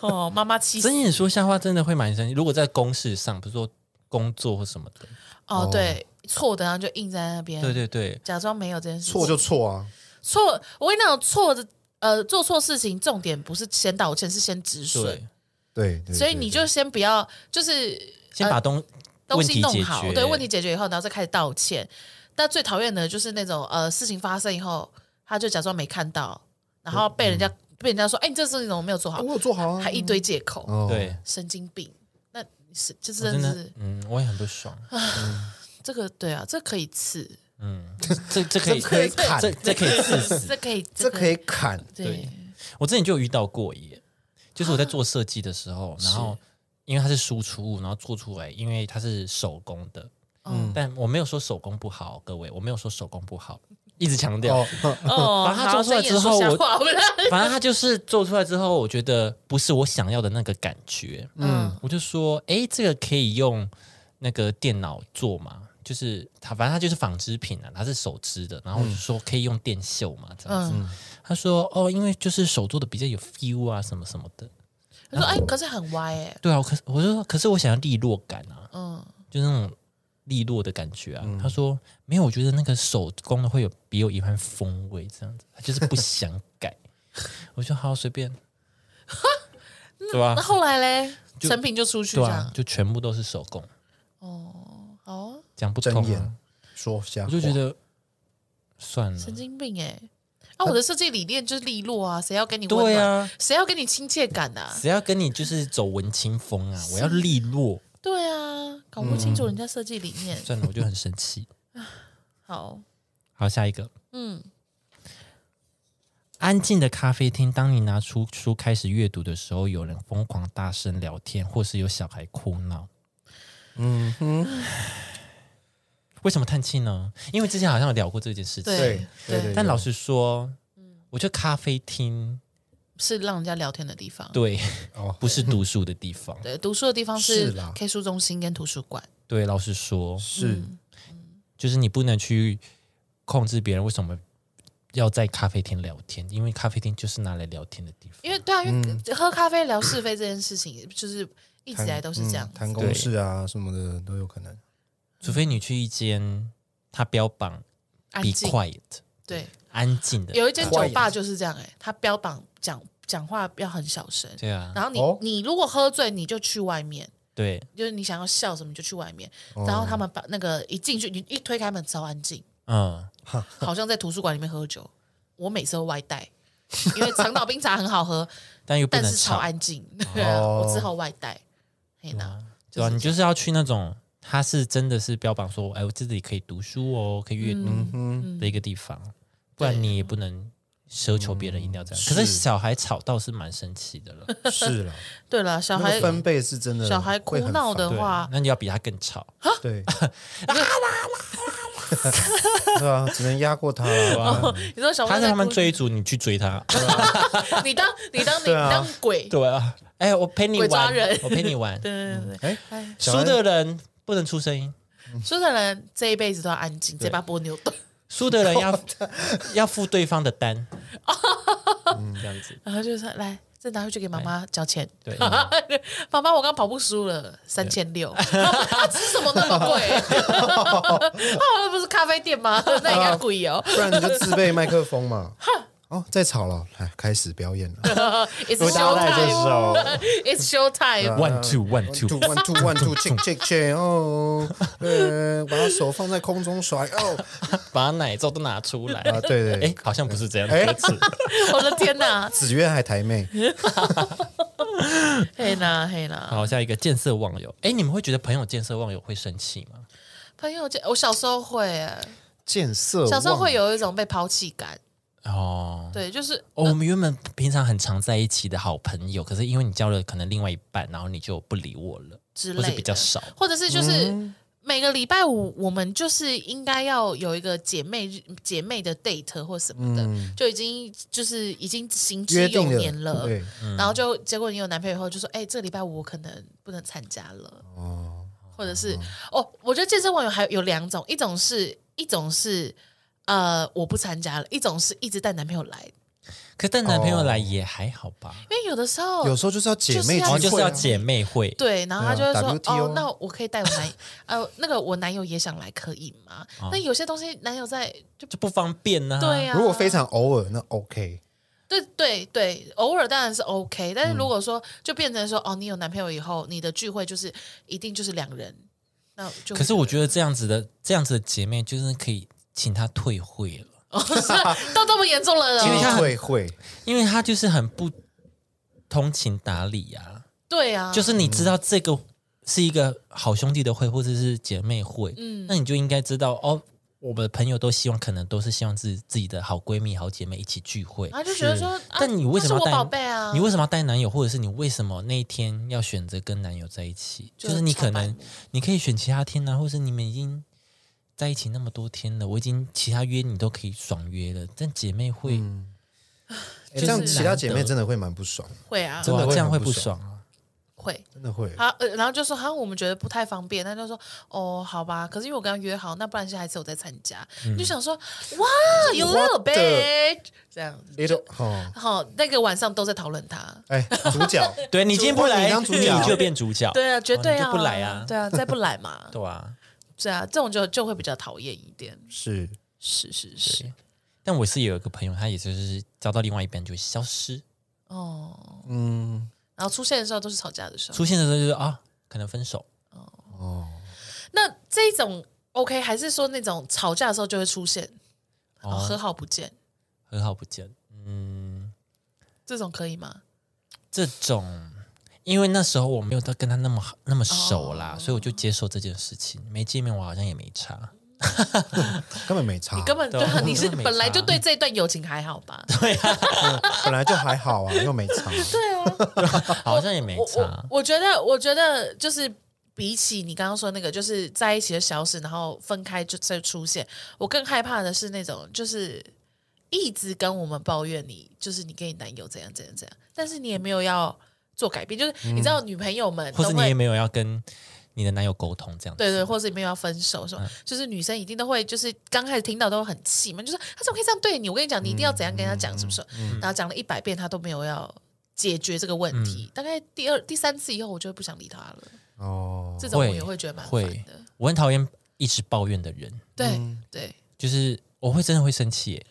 Speaker 2: 哦，妈妈气死
Speaker 1: 睁眼说瞎话真的会蛮生气。如果在公事上，比如说工作或什么的，
Speaker 2: 哦，对，错的然后就硬在那边，
Speaker 1: 对对对，
Speaker 2: 假装没有这件事情。
Speaker 3: 错就错啊，
Speaker 2: 错，我跟你讲，错的呃，做错事情重点不是先道歉，是先止损
Speaker 1: 对。，
Speaker 3: 对，对
Speaker 2: 所以你
Speaker 3: 对
Speaker 2: 就先不要，就是
Speaker 1: 先把东、
Speaker 2: 东
Speaker 1: 问
Speaker 2: 西
Speaker 1: 题
Speaker 2: 弄
Speaker 1: 解
Speaker 2: 好，
Speaker 1: 决，
Speaker 2: 对问题解决以后，然后再开始道歉。但最讨厌的就是那种呃，事情发生以后，他就假装没看到，
Speaker 1: 嗯
Speaker 2: 然后被人家、被人家说，哎、你这事情怎么没有做好
Speaker 1: 哦
Speaker 3: 对我？有做好啊
Speaker 2: 还，一堆借口，
Speaker 3: 哦
Speaker 1: 对，
Speaker 2: 神经病。那你是这
Speaker 1: 我
Speaker 2: 真
Speaker 1: 真
Speaker 2: 的
Speaker 1: 的
Speaker 2: 是，
Speaker 1: 嗯，我也很不爽。
Speaker 2: 这个对啊，这可以刺，
Speaker 1: 这这可以，
Speaker 3: 这可以砍
Speaker 1: 这这可以刺死。
Speaker 2: 这可以，
Speaker 3: 这可以砍，
Speaker 2: 对
Speaker 1: 对我之前就有遇到过耶，就是我在做设计的时候，然后因为它是输出物，然后做出来，因为它是手工的，嗯，但我没有说手工不好，各位，我没有说手工不好，一直强调。
Speaker 3: 哦，
Speaker 2: 哦
Speaker 1: 把它做出来之后
Speaker 2: 好睁眼
Speaker 1: 我
Speaker 2: 说瞎话
Speaker 1: 反正它就是做出来之后，我觉得不是我想要的那个感觉，
Speaker 2: 嗯，
Speaker 1: 我就说，哎，这个可以用那个电脑做吗？就是它，反正它就是纺织品啊，它是手织的，然后我就说可以用电绣嘛，这样子。
Speaker 2: 嗯，
Speaker 1: 他说，哦，因为就是手做的比较有 feel 啊，什么什么的。
Speaker 2: 他说哎，可是很歪哎，
Speaker 1: 对啊，我可我就说，可是我想要利落感啊，
Speaker 2: 嗯，
Speaker 1: 就是那种利落的感觉啊。他说没有，我觉得那个手工的会有别有一番风味，这样子，他就是不想改。 我就好随便， 对吧、
Speaker 2: 那后来 嘞，成品就出去这
Speaker 1: 对啊
Speaker 2: 样，，
Speaker 1: 就全部都是手工，
Speaker 2: 好啊，
Speaker 1: 讲不
Speaker 3: 睁
Speaker 1: 通、
Speaker 3: 眼
Speaker 1: 啊。
Speaker 3: 说瞎
Speaker 1: 我
Speaker 3: 话，
Speaker 1: 就觉得算了，
Speaker 2: 神经病哎。啊，我的设计理念就是利落啊，谁要跟你温暖
Speaker 1: 对，啊，
Speaker 2: 谁要跟你亲切感啊？
Speaker 1: 只要跟你就是走文青风啊，我要利落，
Speaker 2: 对啊，搞不清楚人家设计理念。
Speaker 1: 算了，我就很生气。
Speaker 2: 好，
Speaker 1: 好，下一个。
Speaker 2: 嗯，
Speaker 1: 安静的咖啡厅，当你拿出书开始阅读的时候，有人疯狂大声聊天，或是有小孩哭闹。嗯哼，为什么叹气呢？因为之前好像有聊过这件事情。
Speaker 2: 对
Speaker 3: 对对对，
Speaker 1: 但老实说，我觉得咖啡厅
Speaker 2: 是让人家聊天的地方。
Speaker 1: 对，
Speaker 3: 哦，
Speaker 1: 不是读书的地方。
Speaker 2: 对，读书的地方
Speaker 3: 是
Speaker 2: 是
Speaker 3: 啦
Speaker 2: K 书中心跟图书馆。
Speaker 1: 对，老实说，
Speaker 3: 是
Speaker 2: 嗯
Speaker 1: 就是你不能去控制别人为什么要在咖啡厅聊天，因为咖啡厅就是拿来聊天的地方。
Speaker 2: 因为对啊，因为喝咖啡聊是非这件事情，就是一直以来都是这样
Speaker 3: 嗯。谈
Speaker 1: 对
Speaker 3: 公事啊什么的都有可能。
Speaker 1: 除非你去一间它标榜
Speaker 2: 安
Speaker 1: be
Speaker 2: 静，
Speaker 1: quiet
Speaker 2: 对，
Speaker 1: 安静的，
Speaker 2: 有一间酒吧就是这样，哎，他标榜讲讲话要很小声，
Speaker 1: 对啊，
Speaker 2: 然后你
Speaker 3: 哦
Speaker 2: 你如果喝醉，你就去外面。
Speaker 1: 对，
Speaker 2: 就是你想要笑什么你就去外面，然后他们把那个一进去，你一推开门超安静，
Speaker 1: 嗯，
Speaker 2: 好像在图书馆里面喝酒。我每次都外带，因为长岛冰茶很好喝，
Speaker 1: 但又不
Speaker 2: 但
Speaker 1: 能
Speaker 2: 是超
Speaker 1: 吵，哦
Speaker 2: 安静，对啊，我只好外带。嘿呐，
Speaker 1: 对啊，你就是要去那种它是真的是标榜说，哎，我这里可以读书哦，可以阅读
Speaker 3: 嗯，
Speaker 1: 的一个地方，不然你也不能奢求别人一定要这样。
Speaker 3: 嗯
Speaker 1: 可是
Speaker 3: 是
Speaker 1: 小孩吵倒是蛮生气的 了，
Speaker 3: 是了，
Speaker 2: 对了，小
Speaker 3: 那
Speaker 2: 孩
Speaker 3: 个分贝是真的，
Speaker 2: 小孩哭闹的啊
Speaker 1: 对啊
Speaker 2: 哇，
Speaker 1: 那你要比他更 吵，
Speaker 3: 对， 对啊，只能压过他啊了。
Speaker 2: 你说小
Speaker 1: 啊嗯他
Speaker 2: 孩
Speaker 1: 让
Speaker 2: 在
Speaker 1: 他们
Speaker 2: 哭
Speaker 1: 追逐你去追他，
Speaker 2: 你当你当你
Speaker 3: 对啊
Speaker 2: 当鬼，
Speaker 1: 对啊，哎，我陪你
Speaker 2: 鬼抓
Speaker 1: 玩
Speaker 2: 人，
Speaker 1: 我陪你玩，
Speaker 2: 对
Speaker 1: 嗯
Speaker 2: 对对
Speaker 3: 哎，小
Speaker 1: 输
Speaker 3: 安
Speaker 1: 的人不能出声音。
Speaker 2: 对，说的人这一辈子都要安静，嘴巴不会扭动。
Speaker 1: 输的人 要要付对方的单，这样子。
Speaker 2: 然后就说来，这拿回去给妈妈交钱。
Speaker 1: 哎对嗯
Speaker 2: 妈妈，我刚跑步输了三千六，他吃什么那么贵？ 啊，不是咖啡店吗？ 那也要贵哦。
Speaker 3: 不然你就自备麦克 风嘛。哦，再吵了，来开始表演了。
Speaker 2: It's
Speaker 3: 大
Speaker 2: show
Speaker 3: 家带着
Speaker 2: time.
Speaker 3: 手
Speaker 2: It's show time.
Speaker 1: ，one two one
Speaker 3: Two one two one two check check check 哦，呃，把手放在空中甩哦
Speaker 1: 把奶罩都拿出来。
Speaker 3: 啊，对对
Speaker 1: 哎，，好像不是这样
Speaker 3: 哎
Speaker 1: 的歌词。
Speaker 2: 我的天哪！
Speaker 3: 子曰还台妹，
Speaker 2: 嘿啦嘿啦，
Speaker 1: 好，下一个见色忘友。哎，你们会觉得朋友见色忘友会生气吗？
Speaker 2: 朋友间，我小时候会耶，
Speaker 3: 见色
Speaker 2: 小时候
Speaker 3: 忘
Speaker 2: 会有一种被抛弃感。
Speaker 1: 哦，
Speaker 2: 对，就是
Speaker 1: 哦我们原本平常很常在一起的好朋友，可是因为你交了可能另外一半，然后你就不理我了，
Speaker 2: 之
Speaker 1: 或
Speaker 2: 类
Speaker 1: 是
Speaker 2: 的，
Speaker 1: 比较少。
Speaker 2: 或者是就是每个礼拜五，我们就是应该要有一个姐妹日姐妹的 date 或什么的，就已经就是已经行之
Speaker 3: 约
Speaker 2: 有
Speaker 3: 定了
Speaker 2: 年了。
Speaker 3: 对，
Speaker 2: 然后就结果你有男朋友以后，就说：“哎、这个礼拜五我可能不能参加了。”或者是哦，我觉得健身网友还有两种，一种是一种是呃我不参加了，一种是一直带男朋友来，
Speaker 1: 可但男朋友来也还好吧，
Speaker 2: 因为有的时候
Speaker 3: 有时候就是要姐妹
Speaker 2: 哦
Speaker 3: 聚
Speaker 1: 然后
Speaker 3: 会，啊
Speaker 1: 就是要姐妹会。
Speaker 2: 对，然后他就
Speaker 3: 对
Speaker 2: 会
Speaker 3: 啊
Speaker 2: 说：“
Speaker 3: ，WTO
Speaker 2: 哦，那我可以带我男， 呃，那个我男友也想来，可以吗？”那有些东西男友在就
Speaker 1: 就不方便啊呢、
Speaker 2: 对呀、
Speaker 3: 哦嗯
Speaker 2: 啊
Speaker 3: 如果非常偶尔，那 OK。
Speaker 2: 对对对，偶尔当然是 OK，但
Speaker 3: 嗯
Speaker 2: 是如果说、就变成说哦，你有男朋友以后，你的聚会就是一定就是两人，那就
Speaker 1: 可是我觉
Speaker 2: 得
Speaker 1: 得这样子的这样子的姐妹，就是可以请她退会了。
Speaker 2: 到哦这么严重了
Speaker 1: 因为
Speaker 2: 呢，
Speaker 1: 他很
Speaker 3: 会会，
Speaker 1: 因为他就是很不通情达理呀、
Speaker 2: 对啊，
Speaker 1: 就是你知道这个是一个好兄弟的会，或者是姐妹会，
Speaker 2: 嗯
Speaker 1: 那你就应该知道哦，我们的朋友都希望，可能都是希望自自己的好闺蜜、好姐妹一起聚会。
Speaker 2: 然后就觉得说，啊
Speaker 1: 但你为什么要
Speaker 2: 他是我
Speaker 1: 带
Speaker 2: 宝贝啊？
Speaker 1: 你为什么要带男友，或者是你为什么那一天要选择跟男友在一起？
Speaker 2: 就
Speaker 1: 就是是你可
Speaker 2: 超
Speaker 1: 能
Speaker 2: 烦
Speaker 1: 你可以选其他天啊，或是你们已经在一起那么多天了，我已经其他约你都可以爽约了，但姐妹会、
Speaker 3: 嗯
Speaker 1: 就
Speaker 3: 诶
Speaker 1: 是
Speaker 3: 哎这样其他姐
Speaker 1: 难
Speaker 3: 妹
Speaker 1: 得
Speaker 3: 真的会蛮不爽，
Speaker 2: 会啊
Speaker 1: 对啊
Speaker 3: 真的会
Speaker 1: 这样
Speaker 3: 很
Speaker 1: 会
Speaker 3: 不
Speaker 1: 不
Speaker 3: 爽
Speaker 1: 爽啊。
Speaker 2: 会。
Speaker 3: 真的会。
Speaker 2: 好、呃，然后就说好像我们觉得不太方便，他就说哦，好吧，可是因为我跟他约好，那不然下一次我再参加。
Speaker 1: 嗯
Speaker 2: 你就想说哇，you little
Speaker 3: What the-
Speaker 2: bitch，这样
Speaker 3: Little 哦，
Speaker 2: 好，那个晚上都在讨论他。
Speaker 1: 哦
Speaker 3: 哎，主 角
Speaker 1: 对你今天不
Speaker 3: 换你
Speaker 1: 来，
Speaker 3: 当主角
Speaker 1: 你就变主角。
Speaker 2: 对啊，绝对
Speaker 1: 你
Speaker 2: 啊，
Speaker 1: 就不来啊，
Speaker 2: 对啊，再不来嘛
Speaker 1: 对啊，
Speaker 2: 对啊，这种就就会比较讨厌一点。
Speaker 3: 是
Speaker 2: 是是是，
Speaker 1: 但我是有一个朋友，他也就是交到另外一半就会消失，
Speaker 2: 哦，
Speaker 3: 嗯
Speaker 2: 然后出现的时候都是吵架的时候。
Speaker 1: 出现的时候就是啊，可能分手。
Speaker 3: 哦，
Speaker 2: 那这种 OK，还是说那种吵架的时候就会出现，
Speaker 1: 哦
Speaker 2: 然后和好不见，
Speaker 1: 和好不见。嗯，
Speaker 2: 这种可以吗？
Speaker 1: 这种因为那时候我没有到跟他那么好那么熟啦，所以我就接受这件事情。没见面我好像也没差。
Speaker 3: 根本没差，
Speaker 2: 根本就
Speaker 1: 对啊
Speaker 2: 你是
Speaker 1: 根本没
Speaker 2: 本来
Speaker 1: 差
Speaker 2: 就对这段友情还好 吧？
Speaker 3: 本来就还好啊，又没差。
Speaker 2: 对啊，
Speaker 1: 好像也没
Speaker 2: 我我
Speaker 1: 差。
Speaker 2: 我觉得，我觉得就是比起你刚刚说那个，就是在一起的消失，然后分开就再出现，我更害怕的是那种就是。一直跟我们抱怨你，就是你跟你男友怎样怎样怎样，但是你也没有要做改变，就是你知道女朋友们
Speaker 1: 嗯或
Speaker 2: 都
Speaker 1: 是你
Speaker 2: 会
Speaker 1: 也没有要跟你的男友沟通这样子。
Speaker 2: 对对，或是没有要分手
Speaker 1: 嗯
Speaker 2: 什么，就是女生一定都会，就是刚开始听到都很气嘛，就是他怎么可以这样对你？我跟你讲，你一定要怎样跟他讲什么什么，
Speaker 1: 嗯
Speaker 2: 然后讲了一百遍，他都没有要解决这个问
Speaker 1: 嗯
Speaker 2: 题。大概第二、第三次以后，我就会不想理他了。
Speaker 3: 哦，
Speaker 2: 这种我
Speaker 1: 会
Speaker 2: 也会觉得蛮烦
Speaker 1: 会嗯
Speaker 2: 的。
Speaker 1: 我很讨厌一直抱怨的人，
Speaker 2: 对、对，
Speaker 1: 就是我会真的会生气耶。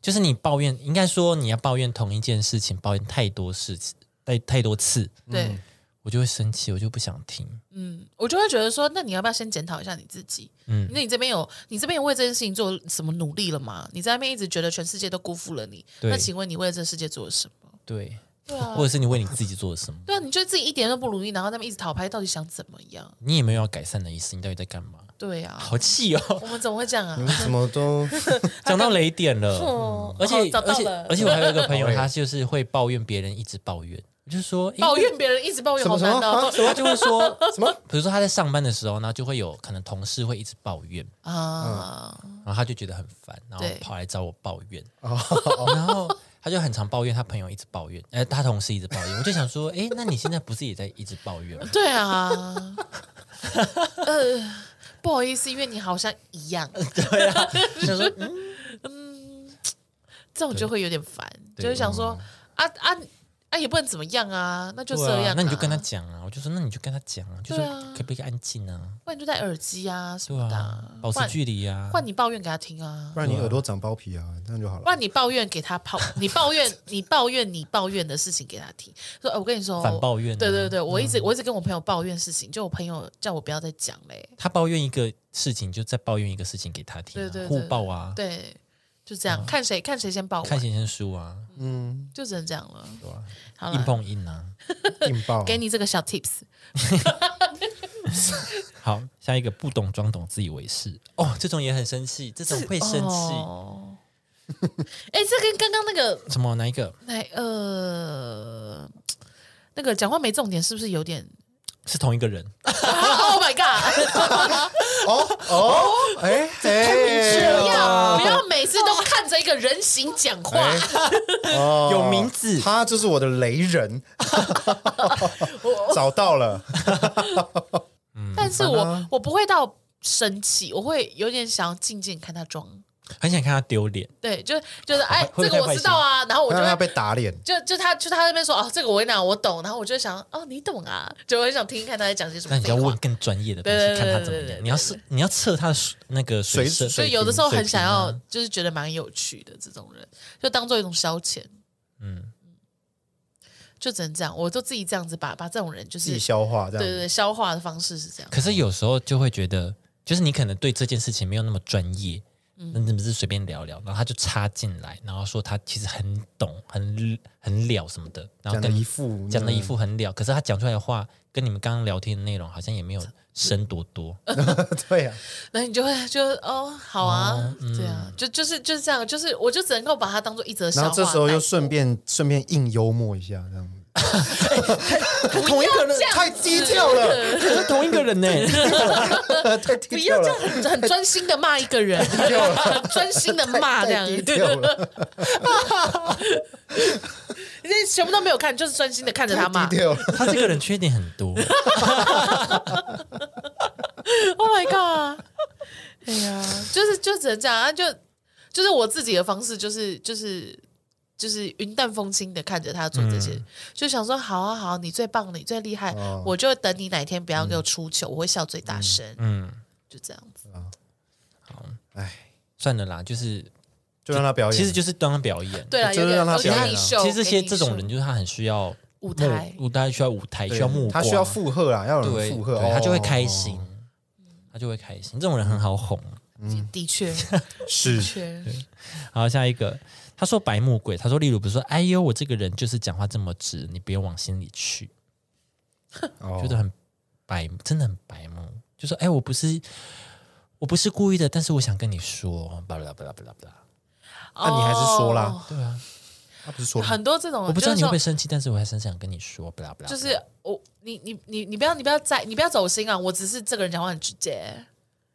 Speaker 1: 就是你抱怨，应该说你要抱怨同一件事情，抱怨太多事情，太太多次，
Speaker 2: 对，
Speaker 1: 我就会生气，我就不想听。
Speaker 2: 嗯，我就会觉得说，那你要不要先检讨一下你自己？嗯，那你这边有你这边有为这件事情做什么努力了吗？你在那边一直觉得全世界都辜负了你，
Speaker 1: 对
Speaker 2: 那请问你为了这世界做了什么？
Speaker 1: 对，
Speaker 2: 对啊
Speaker 1: 或，者是你为你自己做了什么，
Speaker 2: 对啊，你觉得自己一点都不如意，然后在那边一直讨拍，到底想怎么样？
Speaker 1: 你也没有要改善的意思，你到底在干嘛？
Speaker 2: 对啊，
Speaker 1: 好气哦！
Speaker 2: 我们怎么会这样啊
Speaker 3: 你？们怎么都
Speaker 1: 讲到雷点了，
Speaker 2: 哦，
Speaker 1: 嗯而且
Speaker 2: 哦找
Speaker 1: 而
Speaker 2: 到
Speaker 1: 且
Speaker 2: 了，
Speaker 1: 而且我还有一个朋友，
Speaker 3: 哎
Speaker 1: 他就是会抱怨别人，一直抱怨，我就说诶
Speaker 2: 抱怨别人一直抱怨
Speaker 3: 什
Speaker 2: 好
Speaker 3: 么什
Speaker 2: 难
Speaker 3: 么啊
Speaker 2: 哦
Speaker 3: 什么
Speaker 1: 他就会 说
Speaker 3: 什么？
Speaker 1: 比如说他在上班的时候，然后就会有可能同事会一直抱怨，
Speaker 2: 啊，
Speaker 1: 然后他就觉得很烦，然后
Speaker 2: 对
Speaker 1: 跑来找我抱怨， 然后他就很常抱怨他朋友一直抱怨，哎、他同事一直抱怨，我就想说，哎、那你现在不是也在一直抱怨吗？
Speaker 2: 对啊， 呃，不好意思，因为你好像一样， 嗯
Speaker 1: 想说，嗯
Speaker 2: 这种就会有点烦，
Speaker 1: 对嗯
Speaker 2: 就会想说啊啊啊，也不能怎么样啊，那就
Speaker 1: 对
Speaker 2: 这样、
Speaker 1: 啊，那你就跟他，讲啊，我就说，那你就跟他讲啊，就说
Speaker 2: 对啊
Speaker 1: 可不可以安静啊？
Speaker 2: 不然你就戴耳机啊什
Speaker 1: 对
Speaker 2: 么的
Speaker 1: 啊
Speaker 2: 啊、，
Speaker 1: 保
Speaker 2: 不
Speaker 1: 持
Speaker 2: 然
Speaker 1: 距离啊
Speaker 2: 不。然你抱怨给他听啊
Speaker 3: 不，然你耳朵长包皮啊，这样就好
Speaker 2: 不
Speaker 3: 了。
Speaker 2: 然你抱怨给他抱，你抱怨你抱怨你抱怨的事情给他听，说，哎我跟你 说，
Speaker 1: 反抱怨啊
Speaker 2: 对对对，我一直、我一直跟我朋友抱怨事情，就我朋友叫我不要再讲嘞，
Speaker 1: 他抱怨一个事情，就再抱怨一个事情给他听、啊，
Speaker 2: 对对对
Speaker 1: 互抱啊，
Speaker 2: 对，就这样，看谁看谁先抱
Speaker 1: 看
Speaker 2: 完，
Speaker 1: 先生书啊，
Speaker 3: 嗯，
Speaker 2: 就只能这样了，
Speaker 1: 对啊吧、
Speaker 2: 好
Speaker 1: 硬
Speaker 2: 了。
Speaker 1: 碰硬啊。
Speaker 3: 硬爆。
Speaker 2: 给你这个小 tips，
Speaker 1: 好，下一个不懂装懂自以为是哦，这种也很生气，这种会生气。
Speaker 2: 哦 哎、这跟刚刚那个
Speaker 1: 什么哪一个
Speaker 2: 那呃，那个讲话没重点，是不是有点
Speaker 1: 是同一个人？
Speaker 2: ？Oh my god！
Speaker 3: 哦， 哎，太明
Speaker 2: 不要
Speaker 1: 啊
Speaker 2: 不要每次都看着一个人形讲话，
Speaker 1: 哎有名字
Speaker 3: 哦他就是我的雷 人，找到了。
Speaker 2: 但是我
Speaker 1: 啊
Speaker 2: 我不会到生气，我会有点想要静静看他装。
Speaker 1: 很想看他丢脸，
Speaker 2: 对，就 就是哎，
Speaker 1: 会不
Speaker 2: 这
Speaker 1: 会
Speaker 2: 个
Speaker 1: 太坏
Speaker 2: 我知道啊，然后我就
Speaker 3: 让他
Speaker 2: 会
Speaker 3: 被打脸，
Speaker 2: 就就他就他那边说哦，这个我跟你讲我懂，然后我就想哦，你懂啊，就我很想听听看他在讲些什
Speaker 1: 那
Speaker 2: 么
Speaker 1: 你
Speaker 2: 废
Speaker 1: 要
Speaker 2: 话
Speaker 1: 问。更专业的东西，
Speaker 2: 对对对
Speaker 1: 看他怎么
Speaker 2: 对对对
Speaker 1: 样。
Speaker 2: 对
Speaker 1: 你要是你要测他的水那个水
Speaker 3: 水
Speaker 1: 深，
Speaker 2: 所以有的时候很
Speaker 1: 水
Speaker 2: 想
Speaker 1: 平啊
Speaker 2: 要，就是觉得蛮有趣的这种人，就当做一种消遣。
Speaker 1: 嗯，
Speaker 2: 就只能这样，我就自己这样子把把这种人就是
Speaker 3: 自己消化这
Speaker 2: 对对
Speaker 3: 样。
Speaker 2: 对消化的方式是这样。
Speaker 1: 可是有时候就会觉得，就是你可能对这件事情没有那么专业，
Speaker 2: 嗯
Speaker 1: 那你不是随便聊聊，然后他就插进来，然后说他其实很懂、很很了什么的，然后
Speaker 3: 讲的
Speaker 1: 跟
Speaker 3: 一
Speaker 1: 你
Speaker 3: 副
Speaker 1: 讲的一副很了，可是他讲出来的话跟你们刚刚聊天的内容好像也没有深多多。
Speaker 3: 对啊，
Speaker 2: 然后你就会就哦，好啊，对啊，就就是就是这样，就是我就只能够把它当做一则笑
Speaker 3: 嗯然
Speaker 2: 话。
Speaker 3: 后这时候又顺便顺便硬幽默一下这样子。
Speaker 2: 哎
Speaker 3: 同一个人太低调了，
Speaker 1: 可是同一个 人呢、
Speaker 3: 太低
Speaker 2: 不
Speaker 3: 调
Speaker 2: 要这样
Speaker 3: 了，
Speaker 2: 很很专心的骂一个 人，很专心的骂这样，
Speaker 3: 太低调
Speaker 2: 你
Speaker 3: 了，
Speaker 2: 这全部都没有看，就是专心的看着 他骂。
Speaker 3: 低调了。
Speaker 1: 他这个人缺点很多，
Speaker 2: Oh my god！哎 呀，就是就只能这样，啊就就是我自己的方式、就是，就是就是云淡风轻的看着他做这些，就想说好啊好啊，你最棒，你最厉害，
Speaker 3: 嗯哦嗯
Speaker 2: 我就等你哪一天不要给我出糗，我会笑最大声，
Speaker 1: 嗯，
Speaker 2: 就这样子。
Speaker 3: 哎，
Speaker 1: 算了啦，就是
Speaker 3: 就让他表演。
Speaker 1: 其实就是当他表演。
Speaker 2: 对了，啊
Speaker 3: 哎就
Speaker 2: 有
Speaker 3: 是
Speaker 2: 点
Speaker 3: 让他
Speaker 2: 我给
Speaker 3: 表演
Speaker 2: 你
Speaker 3: 啊
Speaker 2: 秀
Speaker 1: 其实这
Speaker 2: 给
Speaker 1: 些
Speaker 2: 你
Speaker 1: 这种
Speaker 2: 秀
Speaker 1: 人就是他很需要
Speaker 2: 舞台
Speaker 1: 幕舞台需要舞台，需要目光，啊
Speaker 3: 他需要附和啦，要有
Speaker 1: 对
Speaker 3: 人附和
Speaker 1: 对，他就会开
Speaker 3: 哦
Speaker 1: 心，他就会开心。这种人很好哄。
Speaker 3: 嗯
Speaker 2: 的 确
Speaker 3: 是
Speaker 2: 的确，
Speaker 1: 好，下一个，他说白目鬼，他说例如比如说，哎呦，我这个人就是讲话这么直，你不用往心里去，
Speaker 3: 哦
Speaker 1: 觉得很白，真的很白目，就说哎，我不是。我不是故意的，但是我想跟你说，巴拉巴拉巴拉巴拉。
Speaker 3: 那啊你还是说啦
Speaker 2: 哦，
Speaker 1: 对啊，
Speaker 3: 他不是说
Speaker 2: 很多这种
Speaker 1: 我不知道你会不会
Speaker 2: 就是
Speaker 1: 生气，但是我还是想跟你说，巴拉巴拉。
Speaker 2: 说就是我你你你你不要你不要在你不要走心啊，我只是这个人讲话很直接，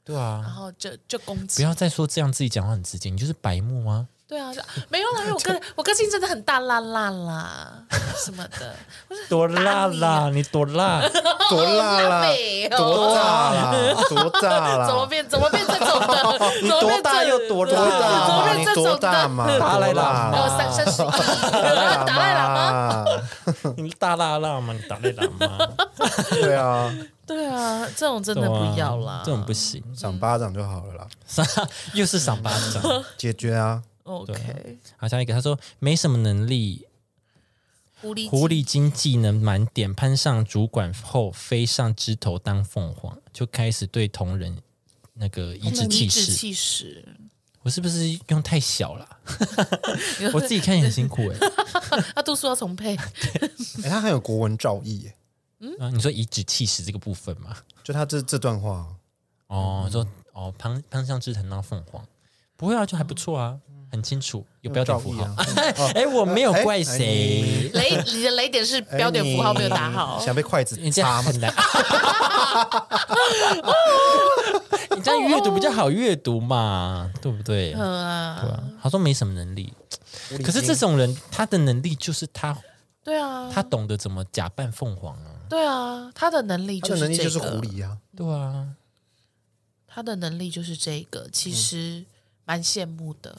Speaker 1: 对啊
Speaker 2: 然，后就就攻
Speaker 1: 不
Speaker 2: 击，
Speaker 1: 要再说这样自己讲话很直接，你就是白目啊。
Speaker 2: 对啊，就没有啦，因为我 个我个性真的很大啦啦啦什么的，我是啊
Speaker 1: 多辣啦，你多辣，
Speaker 3: 多辣 啦
Speaker 2: 好美，哦
Speaker 3: 多 大啦，多大啦，
Speaker 2: 怎么变怎么变这种的？
Speaker 1: 你
Speaker 2: 怎么
Speaker 1: 多
Speaker 2: 变
Speaker 1: 大
Speaker 2: 这
Speaker 1: 又多
Speaker 3: 多
Speaker 1: 辣
Speaker 3: 大
Speaker 2: 怎么
Speaker 3: 嘛？
Speaker 2: 变
Speaker 3: 你
Speaker 2: 这种
Speaker 3: 多大
Speaker 2: 的
Speaker 3: 嘛？
Speaker 1: 达赖
Speaker 3: 多
Speaker 1: 喇嘛
Speaker 3: 大
Speaker 1: 嘛
Speaker 2: 还有
Speaker 3: 嘛？
Speaker 2: 三三十一，达赖喇 嘛，
Speaker 3: 嘛？
Speaker 1: 你大辣辣吗？你打累了 吗？
Speaker 3: 对啊，
Speaker 2: 对啊，这种真的
Speaker 1: 对啊
Speaker 2: 不要啦，
Speaker 1: 这种不行，
Speaker 3: 赏巴掌就好了啦，
Speaker 1: 又是赏巴 掌。
Speaker 3: 解决啊。
Speaker 2: OK，
Speaker 1: 好，下一个，他说没什么能力，
Speaker 2: 狐狸
Speaker 1: 狐
Speaker 2: 精
Speaker 1: 狸精技能满点，攀上主管后飞上枝头当凤凰，就开始对同人那个颐指气
Speaker 2: 颐指
Speaker 1: 使。
Speaker 2: 气使，
Speaker 1: 我是不是用太小 了？我自己看也很辛苦哎、
Speaker 2: 啊，度数要重 配，
Speaker 3: 哎，他很有国文造诣耶，
Speaker 1: 啊，你说颐指气使这个部分吗？
Speaker 3: 就他这这段话，
Speaker 1: 哦，说哦，攀攀上枝头当凤凰，不会啊，就还不错啊，很清楚，有标点符号。
Speaker 3: 有
Speaker 1: 哎
Speaker 3: 造、
Speaker 1: 我没有
Speaker 3: 哎
Speaker 1: 怪谁。
Speaker 2: 雷你的雷点是标点符号没有打好
Speaker 3: 哎你，想被筷子
Speaker 1: 你这
Speaker 3: 插
Speaker 1: 样
Speaker 3: 吗？
Speaker 1: 很难，你这样阅读比较好阅读嘛，对不对？
Speaker 2: 嗯啊，
Speaker 1: 他说没什么能力，可是这种人他的能力就是他
Speaker 2: 对啊，
Speaker 1: 他懂得怎么假扮凤凰啊，
Speaker 2: 对啊，他的能力
Speaker 3: 他
Speaker 2: 就
Speaker 3: 的
Speaker 2: 是
Speaker 3: 能力就
Speaker 2: 这
Speaker 3: 是狐
Speaker 2: 个，
Speaker 3: 狸啊，
Speaker 1: 对啊，
Speaker 2: 他的能力就是这个，其实蛮羡慕的。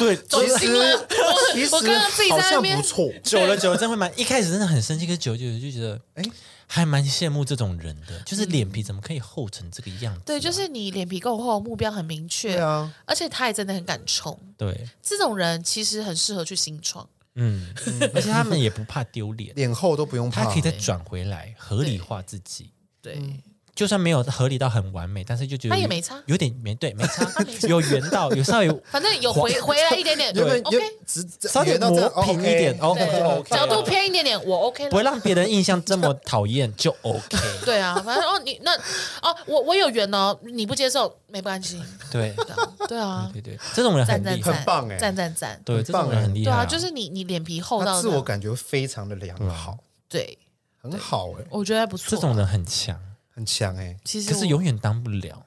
Speaker 1: 对，
Speaker 2: 走
Speaker 3: 其
Speaker 2: 心了
Speaker 3: 实其
Speaker 2: 我刚
Speaker 3: 实
Speaker 2: 刚自己在
Speaker 3: 好
Speaker 2: 那
Speaker 3: 像
Speaker 2: 边
Speaker 3: 不错，
Speaker 1: 久了久了真会蛮，一开始真的很生气，可是久了久了就觉得，哎
Speaker 3: 哎，
Speaker 1: 还蛮羡慕这种人的，就是脸皮怎么可以厚成这个样子啊？
Speaker 2: 对，就是你脸皮够厚，目标很明
Speaker 3: 对
Speaker 2: 确，
Speaker 3: 啊，
Speaker 2: 而且他也真的很敢冲。
Speaker 1: 对，
Speaker 2: 这种人其实很适合去新创，
Speaker 1: 嗯，而且他们也不怕丢 脸，
Speaker 3: 脸厚都不用
Speaker 1: 他
Speaker 3: 怕
Speaker 1: 可以，再转回来合理化自己。
Speaker 2: 对，
Speaker 1: 就算没有合理到很完美，但是就觉得
Speaker 2: 他也没差
Speaker 1: 有点没对，没 差，有圆到，有稍微
Speaker 2: 反正有回回来一点点
Speaker 3: 原本
Speaker 2: ，OK，
Speaker 3: 原只只
Speaker 1: 稍微
Speaker 3: 原到这
Speaker 1: 磨平一点
Speaker 3: 哦
Speaker 2: 对
Speaker 3: ，OK，就 OK
Speaker 2: 角
Speaker 3: 了
Speaker 2: 度偏一点点，我 OK
Speaker 1: 啊不会
Speaker 2: 了。
Speaker 1: 让别人印象这么讨厌，就 OK。
Speaker 2: 对啊，反正哦，你那哦，我我有缘哦，你不接受没关系。
Speaker 1: 对
Speaker 2: 对啊对啊，
Speaker 1: 对对，这种人嗯
Speaker 2: 赞
Speaker 1: 很
Speaker 2: 赞
Speaker 1: 厉害，
Speaker 2: 赞，
Speaker 3: 很棒欸
Speaker 2: 赞赞赞，
Speaker 1: 对，
Speaker 3: 很
Speaker 1: 这
Speaker 3: 棒
Speaker 1: 种人很厉
Speaker 2: 对
Speaker 1: 害、
Speaker 2: 啊，就是你你脸皮厚
Speaker 3: 他
Speaker 2: 哦到
Speaker 3: 自我
Speaker 2: 那
Speaker 3: 感觉非常的良好，
Speaker 2: 对，
Speaker 1: 啊
Speaker 3: 很好哎，
Speaker 2: 我觉得还不错。
Speaker 1: 这种人很强，
Speaker 3: 很强哎，
Speaker 2: 其实
Speaker 1: 可是
Speaker 2: 我
Speaker 1: 永远当不了，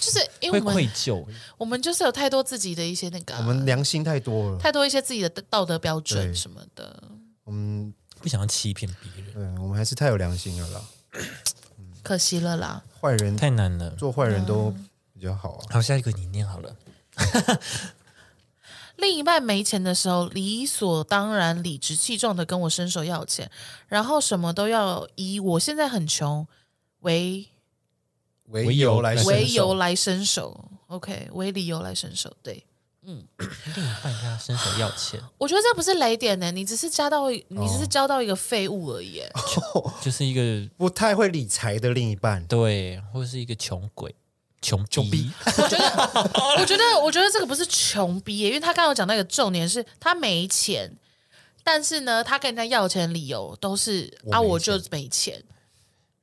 Speaker 2: 就是因
Speaker 1: 会
Speaker 2: 为我们
Speaker 1: 愧疚。
Speaker 2: 我们就是有太多自己的一些那个啊、
Speaker 3: 我们良心太多了，
Speaker 2: 太多一些自己的道德标准
Speaker 3: 对
Speaker 2: 什么的。
Speaker 3: 嗯，
Speaker 1: 不想要欺骗别人，
Speaker 3: 对，我们还是太有良心了啦，
Speaker 2: 可惜了啦，
Speaker 3: 坏人
Speaker 1: 太难了。
Speaker 3: 做坏人都
Speaker 2: 嗯
Speaker 3: 比较好啊，
Speaker 1: 好，下一个你念好了。
Speaker 2: 另一半没钱的时候，理所当然、理直气壮的跟我伸手要钱，然后什么都要以我现在很穷为
Speaker 3: 唯由来
Speaker 1: 伸手
Speaker 2: 为由来伸手，OK，为理由来伸手。对，
Speaker 1: 另一半跟他伸手要钱，
Speaker 2: 我觉得这不是雷点呢、你只是加到一，你
Speaker 3: 哦
Speaker 2: 只是交到一个废物而已欸、
Speaker 1: 就是一个
Speaker 3: 不太会理财的另一半，
Speaker 1: 对，或是一个穷鬼、穷穷逼，
Speaker 2: 我觉得，我觉得这个不是穷逼耶，因为他刚刚有讲那个重点是他没钱，但是呢，他跟人家要钱的理由都是
Speaker 3: 我
Speaker 2: 啊，
Speaker 3: 没
Speaker 2: 我就没钱，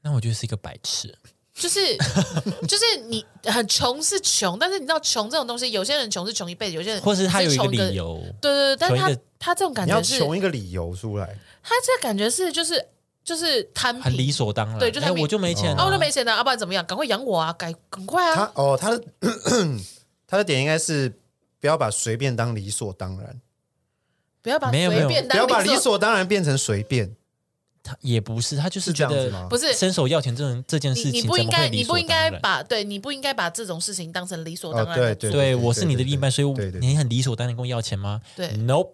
Speaker 1: 那我觉得是一个白痴。
Speaker 2: 就是 就是你很穷是穷，但是你知道穷这种东西，有些人穷是穷一辈子，有些人
Speaker 1: 或是他有一
Speaker 2: 是
Speaker 1: 个
Speaker 2: 穷
Speaker 1: 理，由，
Speaker 2: 对对对，但是
Speaker 1: 穷一
Speaker 2: 他
Speaker 1: 个
Speaker 2: 他这种感
Speaker 3: 你要
Speaker 2: 啊觉是，
Speaker 3: 穷一个理由出来，
Speaker 2: 他这感觉是就是就是摊
Speaker 1: 很理
Speaker 2: 平，
Speaker 1: 所当然。
Speaker 2: 对就他
Speaker 1: 哎
Speaker 2: 没
Speaker 1: 我就没钱
Speaker 2: 啊，
Speaker 3: 哦
Speaker 1: 啊
Speaker 2: 我就没钱了，要不然怎么样？赶快养我啊，赶赶快
Speaker 3: 他
Speaker 2: 啊，
Speaker 3: 哦，他的 他的点应该是不要把随便当理所当然，
Speaker 2: 不要把
Speaker 1: 没有没有
Speaker 2: 随便
Speaker 3: 不
Speaker 2: 当
Speaker 3: 要把理所当然变成随便，
Speaker 1: 他也不是，他就是
Speaker 3: 是这
Speaker 1: 觉
Speaker 3: 样
Speaker 1: 得
Speaker 3: 子吗？
Speaker 2: 不是
Speaker 1: 伸手要钱这种这件
Speaker 2: 你
Speaker 1: 事情
Speaker 2: 你
Speaker 1: 怎
Speaker 2: 不
Speaker 1: 么
Speaker 2: 应
Speaker 1: 会
Speaker 2: 该，
Speaker 1: 理
Speaker 2: 你
Speaker 1: 所
Speaker 2: 不应
Speaker 1: 当
Speaker 2: 该
Speaker 1: 然？
Speaker 2: 把对你不应该把这种事情当成理所当，
Speaker 3: 哦
Speaker 2: 然
Speaker 3: 对
Speaker 2: 的
Speaker 3: 对
Speaker 1: 对我是你的另一半，所以我
Speaker 3: 对对对
Speaker 1: 你也很理所当然跟我要钱吗？
Speaker 2: 对
Speaker 1: ，Nope，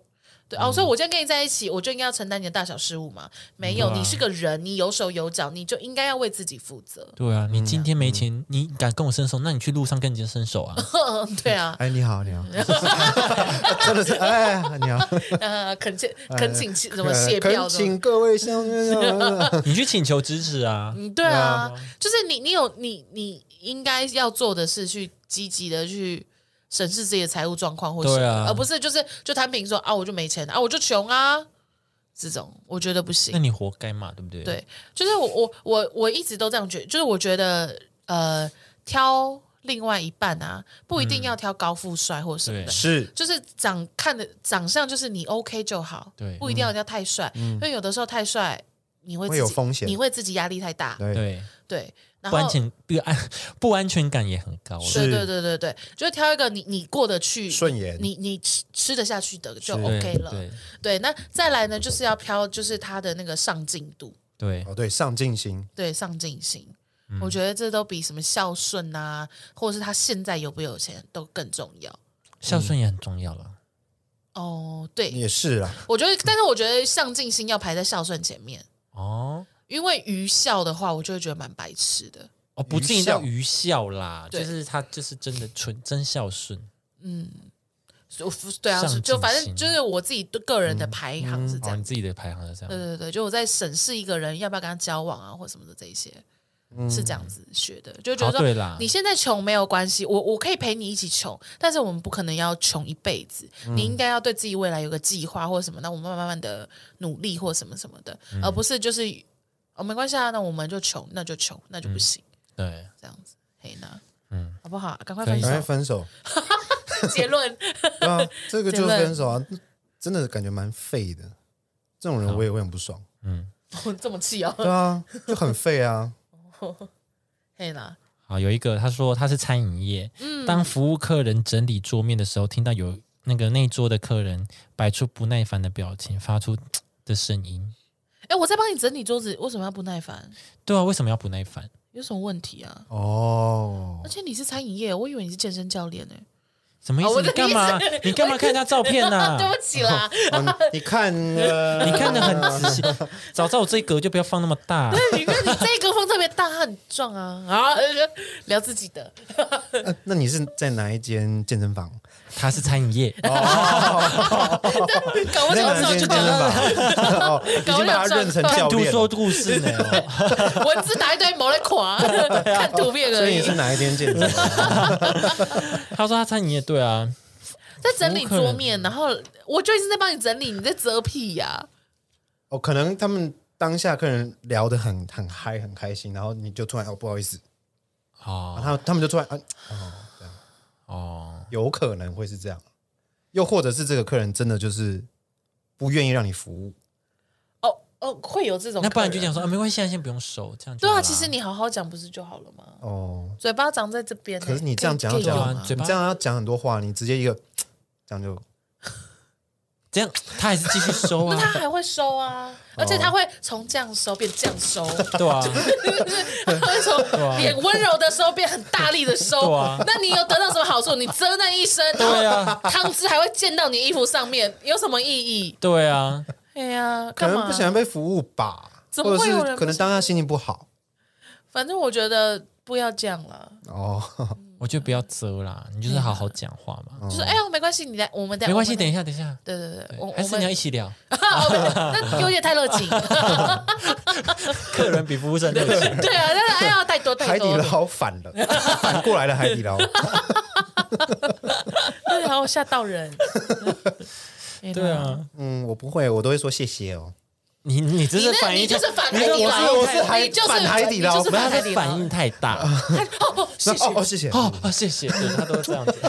Speaker 2: 对哦，所以我今天跟你在一起，我就应该要承担你的大小事务嘛？没有，
Speaker 1: 对啊
Speaker 2: 你是个人，你有手有脚，你就应该要为自己负责。
Speaker 1: 对啊，
Speaker 3: 嗯
Speaker 1: 你今天没钱，你敢跟我伸手，那你去路上跟人家伸手啊，
Speaker 2: 对啊，
Speaker 3: 哎，你好，你好， 真的是哎，你好，
Speaker 2: 呃，恳请恳请请什么谢
Speaker 3: 呃恳
Speaker 2: 票的？
Speaker 3: 请各位乡亲，
Speaker 1: 你去请求支持啊。
Speaker 2: 嗯，对啊，就是你你有你你应该要做的是去积极的去。审视自己的财务状况，或是、
Speaker 1: 对啊
Speaker 2: 而不是就是就摊平说啊，我就没钱啊，我就穷啊，这种我觉得不行
Speaker 1: 那。你活该嘛，对不对？
Speaker 2: 对，就是我我我我一直都这样觉就是我觉得呃，挑另外一半啊，不一定要挑高富帅或什么
Speaker 1: 嗯
Speaker 2: 的
Speaker 1: 对。
Speaker 3: 是
Speaker 2: 就是长看的长相，就是你 OK 就好，
Speaker 1: 对嗯
Speaker 2: 不一定要人家太帅，因为有的时候太帅你会自己
Speaker 3: 会有风险
Speaker 2: 你会自己压力太大，
Speaker 3: 对，
Speaker 1: 对，
Speaker 2: 对。然
Speaker 1: 不安
Speaker 2: 后
Speaker 1: 全不安不安全感也很高了。
Speaker 2: 对
Speaker 3: 是
Speaker 2: 对对对对，就挑一个你你过得去、
Speaker 3: 顺眼
Speaker 2: 你你吃吃得下去的就是 OK 了。
Speaker 1: 对
Speaker 2: 对，那再来呢，就是要挑就是它的那个上进度，
Speaker 1: 对
Speaker 3: 哦，对，上进心，
Speaker 2: 对上进心。
Speaker 1: 嗯
Speaker 2: 我觉得这都比什么孝顺啊，或者是他现在有没有钱都更重要。
Speaker 1: 孝顺也很重要了。
Speaker 2: 哦，对，
Speaker 3: 也是啦，
Speaker 2: 我觉得，但是我觉得上进心要排在孝顺前面，
Speaker 1: 哦
Speaker 2: 因为愚孝的话，我就会觉得蛮白痴的。
Speaker 1: 哦，不
Speaker 3: 愚
Speaker 1: 至于到
Speaker 3: 孝
Speaker 1: 愚孝啦，就
Speaker 2: 对
Speaker 1: 是他就是真的纯真孝顺。哦
Speaker 2: 我对啊
Speaker 1: 上，进
Speaker 2: 就反正
Speaker 1: 心
Speaker 2: 就是我自己对个人的排行是这
Speaker 1: 哦，
Speaker 2: 样呃
Speaker 1: 你。自己的排行是这
Speaker 2: 对
Speaker 1: 样。
Speaker 2: 对对，就我在审视一个人要不要跟他交往啊，或什么的这一些，是这样子学的，就觉
Speaker 1: 嗯哦
Speaker 2: 得
Speaker 1: 对
Speaker 2: 说、
Speaker 1: 啦
Speaker 2: 你现在穷没有关系，我我可以陪你一起穷，但是我们不可能要穷一辈子，
Speaker 1: 嗯
Speaker 2: 你应该要对自己未来有个计划或什么，那我们慢慢慢的努力或什么什么的，
Speaker 1: 嗯
Speaker 2: 而不是就是哦没关系啊，那我们就穷，那就穷，那
Speaker 1: 嗯
Speaker 2: 就不行、
Speaker 1: 对，
Speaker 2: 这样子，嘿呢，嗯，好不好？赶快
Speaker 1: 可以啊
Speaker 2: 分
Speaker 3: 赶快
Speaker 2: 手，
Speaker 3: 分手，
Speaker 2: 结论
Speaker 3: 对 啊，这个就是
Speaker 2: 结论
Speaker 3: 分手啊，真的感觉蛮废的，这种人我也会很不爽，
Speaker 2: 我这么气哦，
Speaker 3: 对啊，就很废啊，
Speaker 2: 嘿呢，
Speaker 1: 好，有一个他说他是餐饮业，
Speaker 2: 嗯
Speaker 1: 当服务客人整理桌面的时候，听到有那个那一桌的客人摆出不耐烦的表情，发出的声音。
Speaker 2: 哎，我在帮你整理桌子，为什么要不耐烦？
Speaker 1: 对啊，为什么要不耐烦？
Speaker 2: 有什么问题啊？
Speaker 3: 哦
Speaker 2: 而，且你是餐饮业，我以为你是健身教练呢、
Speaker 1: 什么意
Speaker 2: 哦
Speaker 1: 思？
Speaker 2: 我
Speaker 1: 你
Speaker 2: 的
Speaker 1: 干
Speaker 2: 意
Speaker 1: 嘛？你干嘛看人家照片啊呢、
Speaker 2: 对不啊起啦，
Speaker 3: 哦你看呃了，
Speaker 1: 你看的很 仔细，早知道我这一格就不要放那么大。
Speaker 2: 你看你这个风特别大，很壮啊啊！ 聊自己的，
Speaker 3: 呃那你是在哪一间健身房？
Speaker 1: 他是餐饮 业，
Speaker 2: 搞不
Speaker 3: 在
Speaker 2: 清
Speaker 3: 哪
Speaker 2: 楚
Speaker 3: 一
Speaker 2: 就觉
Speaker 3: 间健
Speaker 2: 得
Speaker 3: 身房？ 哦，已经把他认成教
Speaker 1: 看图
Speaker 3: 练
Speaker 1: 说
Speaker 3: 了，
Speaker 1: 故事 呢。
Speaker 2: 文字打一堆毛在垮， 看图片
Speaker 3: 所
Speaker 2: 而
Speaker 3: 以
Speaker 2: 已
Speaker 3: 你。是哪一间健身房？
Speaker 1: 他说他餐饮业，对啊，
Speaker 2: 在整理桌面，然后我就一直在帮你整理，你在折屁呀、
Speaker 3: 哦，可能他们当下客人聊得很很嗨，很开心，然后你就突然哦不好意思，然
Speaker 1: 哦
Speaker 3: 后他们就突然啊，
Speaker 1: 哦，
Speaker 3: 有可能会是这样，又或者是这个客人真的就是不愿意让你服务，
Speaker 2: 哦哦，会有这种客
Speaker 1: 那
Speaker 2: 人。
Speaker 1: 不然就讲说啊，没关系，啊，先不用收，这样就
Speaker 2: 对
Speaker 1: 好
Speaker 2: 啊，
Speaker 1: 啦
Speaker 2: 其实你好好讲不是就好了吗？
Speaker 3: 哦，
Speaker 2: 嘴巴长在这边呢、
Speaker 3: 可是你这样讲要
Speaker 1: 对
Speaker 3: 讲
Speaker 1: 啊，嘴
Speaker 3: 你
Speaker 1: 巴
Speaker 3: 这样要讲很多话，你直接一个这样就
Speaker 1: 这样，他还是继续收啊
Speaker 2: 那， 他还会收啊，
Speaker 1: 哦
Speaker 2: 而且他会从这样收变这样收。
Speaker 1: 对啊，
Speaker 2: 他会从脸温柔的收变很大力的收，
Speaker 1: 对啊
Speaker 2: 那你有得到什么好处？你遮那一身，
Speaker 1: 对
Speaker 2: 然后
Speaker 1: 啊，
Speaker 2: 汤汁还会溅到你衣服上面，有什么意义？
Speaker 1: 对啊，
Speaker 2: 哎呀，
Speaker 3: 可
Speaker 2: 干
Speaker 3: 能
Speaker 2: 嘛
Speaker 3: 不？想被服务吧，
Speaker 2: 怎么
Speaker 3: 或者
Speaker 2: 会有人
Speaker 3: 是可能当下心情不好
Speaker 2: 反正我觉得不要这样了，
Speaker 3: 哦，
Speaker 1: 我觉得不要遮啦，你就是好好讲话嘛，
Speaker 2: 就是哎呀，没关系，你来，我们等，
Speaker 1: 哦没关系，
Speaker 2: 啊我
Speaker 1: 等
Speaker 2: 们
Speaker 1: 一下，等一下，
Speaker 2: 对对对，我
Speaker 1: 还
Speaker 2: 我
Speaker 1: 是你要一
Speaker 2: 们
Speaker 1: 起聊，
Speaker 2: 那有点太热 情，
Speaker 1: 客人比服务生热情。
Speaker 2: 对啊，但是哎呀，太多太
Speaker 3: 海底
Speaker 2: 多，
Speaker 3: 捞反了，反过来了海底捞，
Speaker 2: 对啊，我吓到人，哎 呀
Speaker 1: 对，啊，
Speaker 3: 嗯，我不会，我都会说谢谢哦，
Speaker 1: 你你这
Speaker 2: 你
Speaker 1: 是
Speaker 2: 那
Speaker 1: 反
Speaker 2: 你
Speaker 1: 应
Speaker 2: 就
Speaker 1: 太，
Speaker 2: 是反
Speaker 1: 你
Speaker 2: 海底
Speaker 1: 我
Speaker 2: 捞，
Speaker 1: 是我是
Speaker 3: 海
Speaker 2: 你就是
Speaker 3: 反海底捞
Speaker 2: 你就是
Speaker 1: 不是他
Speaker 2: 反海底
Speaker 1: 的反
Speaker 2: 捞，
Speaker 1: 应太大
Speaker 2: 哦哦，
Speaker 3: 那
Speaker 2: 谢谢
Speaker 3: 哦哦谢谢，
Speaker 1: 哦哦，谢谢，对他都是这 样子。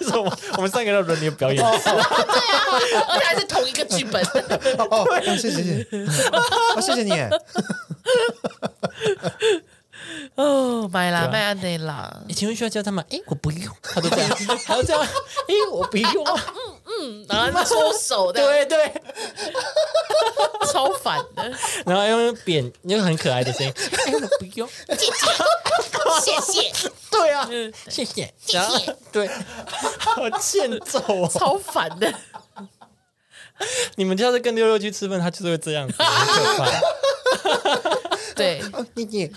Speaker 1: 为什么我们三个人轮流表演？
Speaker 2: 哦对啊，而且还是同一个剧本。
Speaker 3: 哦哦，哦谢谢谢谢，哦谢谢你耶，
Speaker 2: 哦，买啦，
Speaker 1: 对啊
Speaker 2: 卖安内啦，
Speaker 1: 你请问需要叫他吗？哎，我不用，他都这 样，他都这样，哎，我不用，
Speaker 2: 哦然后搓手的，
Speaker 1: 对对，
Speaker 2: 啊超烦的。
Speaker 1: 然后用扁，用很可爱的声音，哎，我不用，
Speaker 2: 谢谢，
Speaker 1: 对啊，谢谢，
Speaker 2: 谢谢，
Speaker 1: 对，好欠揍哦！
Speaker 2: 超烦的。
Speaker 1: 你们下次跟六六去吃饭，他就是会这样子，很可怕。
Speaker 2: 对，
Speaker 3: 哦你你，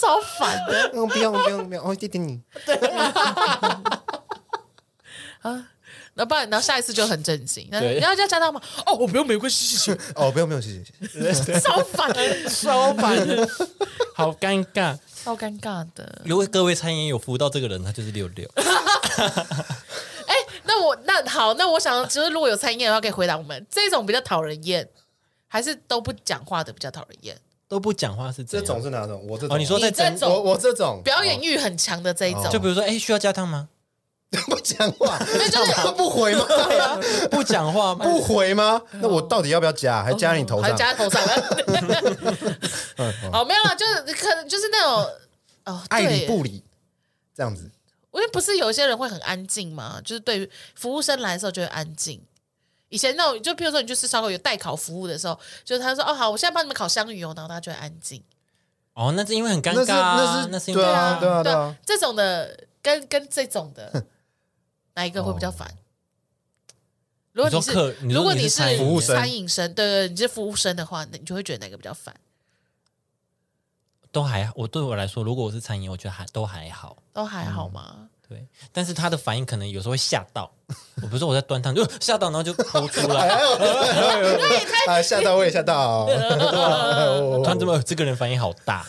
Speaker 2: 超烦的
Speaker 3: 嗯不用不用不用，哦谢谢你，
Speaker 2: 啊。那不然，然后下一次就很震惊。那
Speaker 1: 对
Speaker 2: 你要这样加到吗？哦，我不用玫瑰，谢谢，
Speaker 3: 哦不用不用谢谢谢谢，
Speaker 2: 超烦，
Speaker 1: 超烦，好尴尬。
Speaker 2: 超尴尬的。
Speaker 1: 如果各位餐饮有服务到这个人，他就是六六。
Speaker 2: 哎，那我那好，那我想，就是如果有餐饮的话，可以回答我们这种比较讨人厌，还是都不讲话的比较讨人厌？
Speaker 1: 都不讲话是怎
Speaker 3: 这
Speaker 1: 样
Speaker 3: 种是哪种？我这种
Speaker 1: 哦，你说在
Speaker 2: 你这
Speaker 1: 整
Speaker 2: 种
Speaker 3: 我我这种
Speaker 2: 表演欲很强的这一
Speaker 3: 哦
Speaker 2: 种
Speaker 1: 就比，如说，哎，需要加汤吗？
Speaker 3: 不讲 话，
Speaker 2: 就是
Speaker 3: 他不回吗？
Speaker 1: 对啊，不讲话吗？
Speaker 3: 不回吗？那我到底要不要加？还加你头
Speaker 2: 哦还
Speaker 3: 上？嗯
Speaker 2: 加头上。 哦，没有了，就是可能就是那种哦，
Speaker 3: 爱
Speaker 2: 对
Speaker 3: 理
Speaker 2: 耶
Speaker 3: 不理，这样子。
Speaker 2: 因为不是有些人会很安静嘛，就是对于服务生来的时候就会安静。以前那种，就譬如说你去吃烧烤有代烤服务的时候，就是他说哦好，我现在帮你们烤香鱼哦，然后他就会安静。
Speaker 1: 哦，那是因为很尴
Speaker 3: 那是
Speaker 1: 尬啊，
Speaker 3: 那是
Speaker 1: 那是因为
Speaker 3: 对啊对啊
Speaker 2: 对
Speaker 3: 对
Speaker 2: 啊
Speaker 3: 啊，
Speaker 2: 这种的跟跟这种的哪一个会比
Speaker 3: 哦
Speaker 2: 较烦？如果
Speaker 1: 你说
Speaker 2: 是
Speaker 1: 客你说
Speaker 2: 如果
Speaker 1: 你是
Speaker 2: 是
Speaker 1: 餐饮
Speaker 3: 服务生
Speaker 2: 餐饮生，对对，对你是服务生的话，那你就会觉得哪个比较烦？
Speaker 1: 都还我对我来说，如果我是餐饮，我觉得还都还好。
Speaker 2: 都还好吗？
Speaker 1: 对，但是他的反应可能有时候会吓到。 我不是我在端汤就吓到，然后就扑出来。
Speaker 2: 哎
Speaker 3: 啊，吓到我也 吓到。哦
Speaker 1: 突然这么这个人反应好大，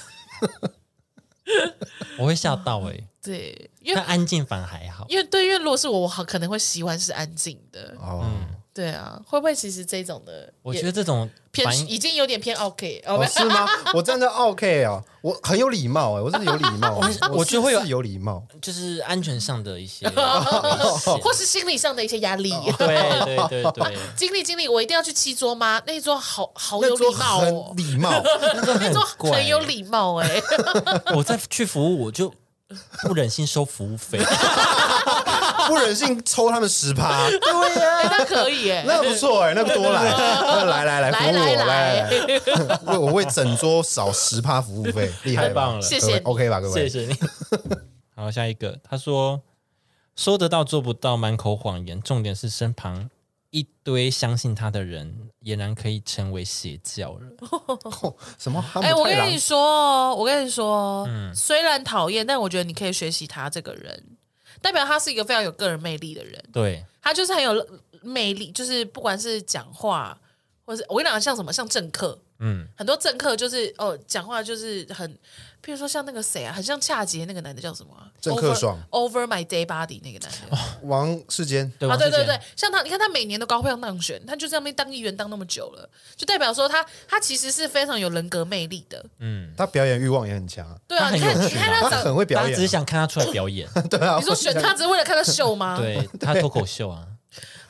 Speaker 1: 我会吓到哎、欸。
Speaker 2: 对，因为
Speaker 1: 但安静反而还好，
Speaker 2: 因为对，因为如果是我，我好可能会喜欢是安静的。
Speaker 3: 哦，
Speaker 1: 嗯
Speaker 2: 对啊，会不会其实这种的，
Speaker 1: 我觉得这种
Speaker 2: 偏
Speaker 1: 反应
Speaker 2: 已经有点偏 OK 哦，
Speaker 3: 哦
Speaker 2: 没
Speaker 3: 是吗？我站在 OK 哦，我很有礼貌哎，我真的有礼貌，
Speaker 1: 哦我觉得会有
Speaker 3: 是有礼貌。
Speaker 1: 就是安全上的一 些危
Speaker 2: 有哦
Speaker 1: 险。
Speaker 2: 或是心理上的一些压力。
Speaker 1: 哦 对对对对，
Speaker 2: 经历经历，我一定要去七桌吗？那一桌好好有
Speaker 3: 那桌
Speaker 2: 礼貌
Speaker 3: 很
Speaker 2: 哦，
Speaker 3: 礼貌，
Speaker 2: 那桌
Speaker 1: 怪
Speaker 2: 很有礼貌哎、
Speaker 1: 我在去服务我就不忍心收服务费，
Speaker 3: 不忍心抽他们十趴，
Speaker 2: 哎那可 以哎、
Speaker 3: 那不错
Speaker 1: 欸
Speaker 3: 哎，那 个多来，那来来来服
Speaker 2: 来
Speaker 3: 务
Speaker 2: 来
Speaker 3: 我，来来，
Speaker 2: 来，
Speaker 3: 为 我为整桌少十趴服务 费，厉害
Speaker 1: 太
Speaker 3: 吧
Speaker 1: 棒了，
Speaker 2: 谢
Speaker 3: 各
Speaker 2: 谢
Speaker 3: 位
Speaker 2: 你
Speaker 3: ，OK 吧，各
Speaker 1: 谢
Speaker 3: 位，
Speaker 1: 谢你。 好，下一个，他说说得到做不到，满口谎言，重点是身旁一堆相信他的人，俨然可以成为邪教了。
Speaker 3: 什么哈
Speaker 2: 哎、
Speaker 3: 姆
Speaker 2: 我
Speaker 3: 太
Speaker 2: 跟
Speaker 3: 郎
Speaker 2: 你？说哦，我跟你说，虽然讨厌，但我觉得你可以学习他这个人，代表他是一个非常有个人魅力的人，
Speaker 1: 对，
Speaker 2: 他就是很有魅力，就是不管是讲话，或是我跟你讲，像什么，像政客，
Speaker 1: 嗯，
Speaker 2: 很多政客就是哦，讲话就是很，譬如说像那个谁啊，很像恰杰那个男的叫什么、啊？
Speaker 3: 郑克爽
Speaker 2: Over,，Over My Day Body 那个男的。
Speaker 3: 王世坚，
Speaker 1: 对
Speaker 2: 啊，
Speaker 1: 王
Speaker 2: 对
Speaker 1: 世
Speaker 2: 对
Speaker 1: 坚
Speaker 2: 对，像他，你看他每年都高票当选，他就在那边当议员当那么久了，就代表说他他其实是非常有人格魅力的。
Speaker 1: 嗯，
Speaker 3: 他表演欲望也很强啊，
Speaker 2: 对啊，
Speaker 1: 他
Speaker 2: 你
Speaker 1: 很
Speaker 2: 看
Speaker 1: 有
Speaker 2: 你
Speaker 1: 趣
Speaker 2: 看
Speaker 1: 啦
Speaker 2: 他
Speaker 3: 他
Speaker 2: 长，
Speaker 3: 很会表
Speaker 1: 大家只是
Speaker 3: 演啊，
Speaker 1: 想看他出来表 演，
Speaker 3: 对啊
Speaker 2: 你，说选他只是为了看他秀吗？
Speaker 1: 对他脱口秀 啊，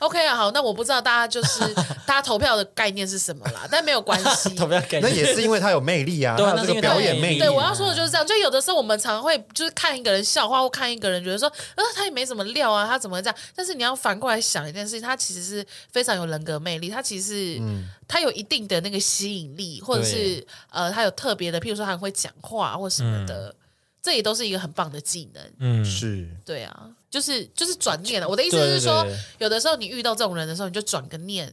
Speaker 2: ，OK 啊，好，那我不知道大家就是 大家投票的概念是什么啦，但没有关系。
Speaker 1: 投票给
Speaker 3: 那也是因为他有魅力啊，
Speaker 1: 对啊
Speaker 3: 他有这个表演魅力
Speaker 1: 那是
Speaker 2: 对，
Speaker 1: 因为他有魅力
Speaker 2: 我要说的就是这样。就有的时候我们常会就是看一个人笑话，或看一个人觉得说，呃，他也没什么料啊，他怎么会这样？但是你要反过来想一件事情，他其实是非常有人格魅力，他其实是、
Speaker 3: 嗯
Speaker 2: 他有一定的那个吸引力，或者是呃，他有特别的，譬如说他很会讲话或什么
Speaker 3: 嗯
Speaker 2: 的，这也都是一个很棒的技能。
Speaker 1: 嗯，
Speaker 3: 是
Speaker 2: 对啊，就是就是转念了。啊我的意思
Speaker 1: 对对
Speaker 2: 是说，
Speaker 1: 对
Speaker 2: 有的时候你遇到这种人的时候，你就转个念，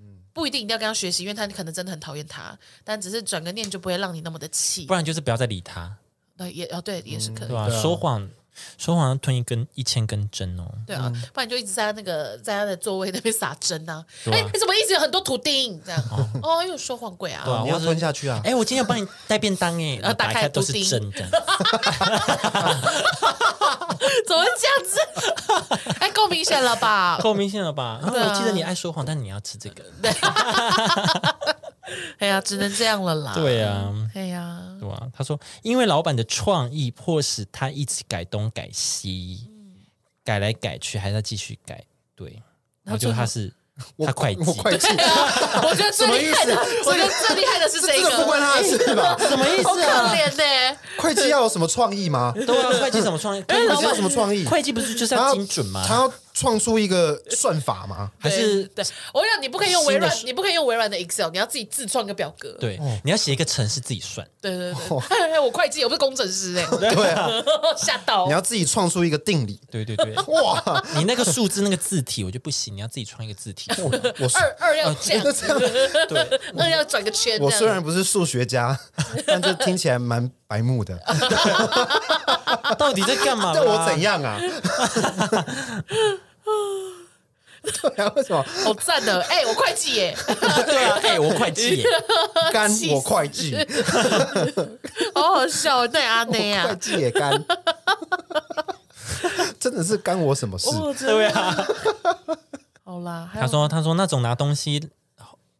Speaker 3: 嗯
Speaker 2: 不一定一定要跟他学习，因为他可能真的很讨厌他，但只是转个念就不会让你那么的气
Speaker 1: 不。然就是不要再理他，
Speaker 2: 对，也哦对，也是可以。
Speaker 1: 嗯对吧、
Speaker 3: 对啊
Speaker 1: 说谎，说谎要吞一根一千根针哦。
Speaker 2: 对啊，不然你就一直在他那个在他的座位那边撒针啊！
Speaker 1: 对
Speaker 2: 哎、
Speaker 1: 啊
Speaker 2: 你怎么一直有很多土钉这样？哦，因为我说谎鬼啊！
Speaker 1: 对啊
Speaker 3: 你要吞下去啊，
Speaker 1: 哎，我今天有 帮你带便当哎，
Speaker 2: 然后
Speaker 1: 我
Speaker 2: 打
Speaker 1: 打
Speaker 2: 开
Speaker 1: 开都是
Speaker 2: 布丁
Speaker 1: 针 的，
Speaker 2: 怎么会这样子？ 哎，够明显了吧？
Speaker 1: 够明显了吧？然后
Speaker 2: 对啊
Speaker 1: 我记得你爱说谎，但你要吃这个。
Speaker 2: 哎呀，只能这样了啦。
Speaker 1: 对啊，
Speaker 2: 哎 呀，
Speaker 1: 对啊，他说，因为老板的创意迫使他一直改东改西，改来改去，还在继续改。对，我觉得他是
Speaker 3: 我
Speaker 1: 他会计
Speaker 3: 我，会计，
Speaker 2: 我觉得最
Speaker 3: 什么
Speaker 2: 厉
Speaker 3: 意
Speaker 2: 害
Speaker 3: 思
Speaker 2: 的， 我觉得最厉害的是
Speaker 3: 这
Speaker 2: 这
Speaker 3: 真的不
Speaker 2: 个，哎
Speaker 3: 关他的事吧？
Speaker 1: 什么意
Speaker 2: 好可
Speaker 1: 思啊？
Speaker 2: 怜呢、
Speaker 3: 会计要有什么创意吗？
Speaker 1: 对啊，会计怎么创意？
Speaker 3: 会
Speaker 1: 会
Speaker 3: 计要有什么创意
Speaker 1: 计？会计不是就是
Speaker 3: 他
Speaker 1: 要
Speaker 3: 要
Speaker 1: 精准吗？
Speaker 3: 他要创出一个算法吗？
Speaker 1: 还是
Speaker 2: 对，对我跟你讲，你不可以用微软
Speaker 1: 新的，是
Speaker 2: 你不可以用微软的 Excel，你要自己自创一个表格。
Speaker 1: 对，
Speaker 3: 哦
Speaker 1: 你要写一个程式自己算。
Speaker 2: 对对对， 哎我会计，我不是工程师哎、
Speaker 3: 对啊，
Speaker 2: 吓到
Speaker 3: 你。要自己创出一个定理。
Speaker 1: 对对 对，
Speaker 3: 哇，
Speaker 1: 你那个数字那个字体我就不行，你要自己创一个字 体。
Speaker 3: 我我虽
Speaker 2: 二二要这样
Speaker 3: 那这样，
Speaker 2: 二要转个圈。
Speaker 3: 我
Speaker 2: 这
Speaker 3: 虽
Speaker 2: 样
Speaker 3: 然不是数学家， 但这听起来蛮白 目的。
Speaker 1: 到底在干嘛啦？
Speaker 3: 那我怎样啊？ 对啊，为 什么
Speaker 2: 好赞的，哎、我会计耶，
Speaker 1: 对啊，哎，我会计 耶，
Speaker 3: 干
Speaker 2: 气死
Speaker 3: 我会计，
Speaker 2: 好好笑， 哦对阿内
Speaker 3: 我会
Speaker 2: 啊，
Speaker 3: 计也干， 真的是干我什么事？
Speaker 1: 对啊。
Speaker 2: 哦好啦，还有
Speaker 1: 他说：“他说那种拿东
Speaker 2: 啊
Speaker 1: 西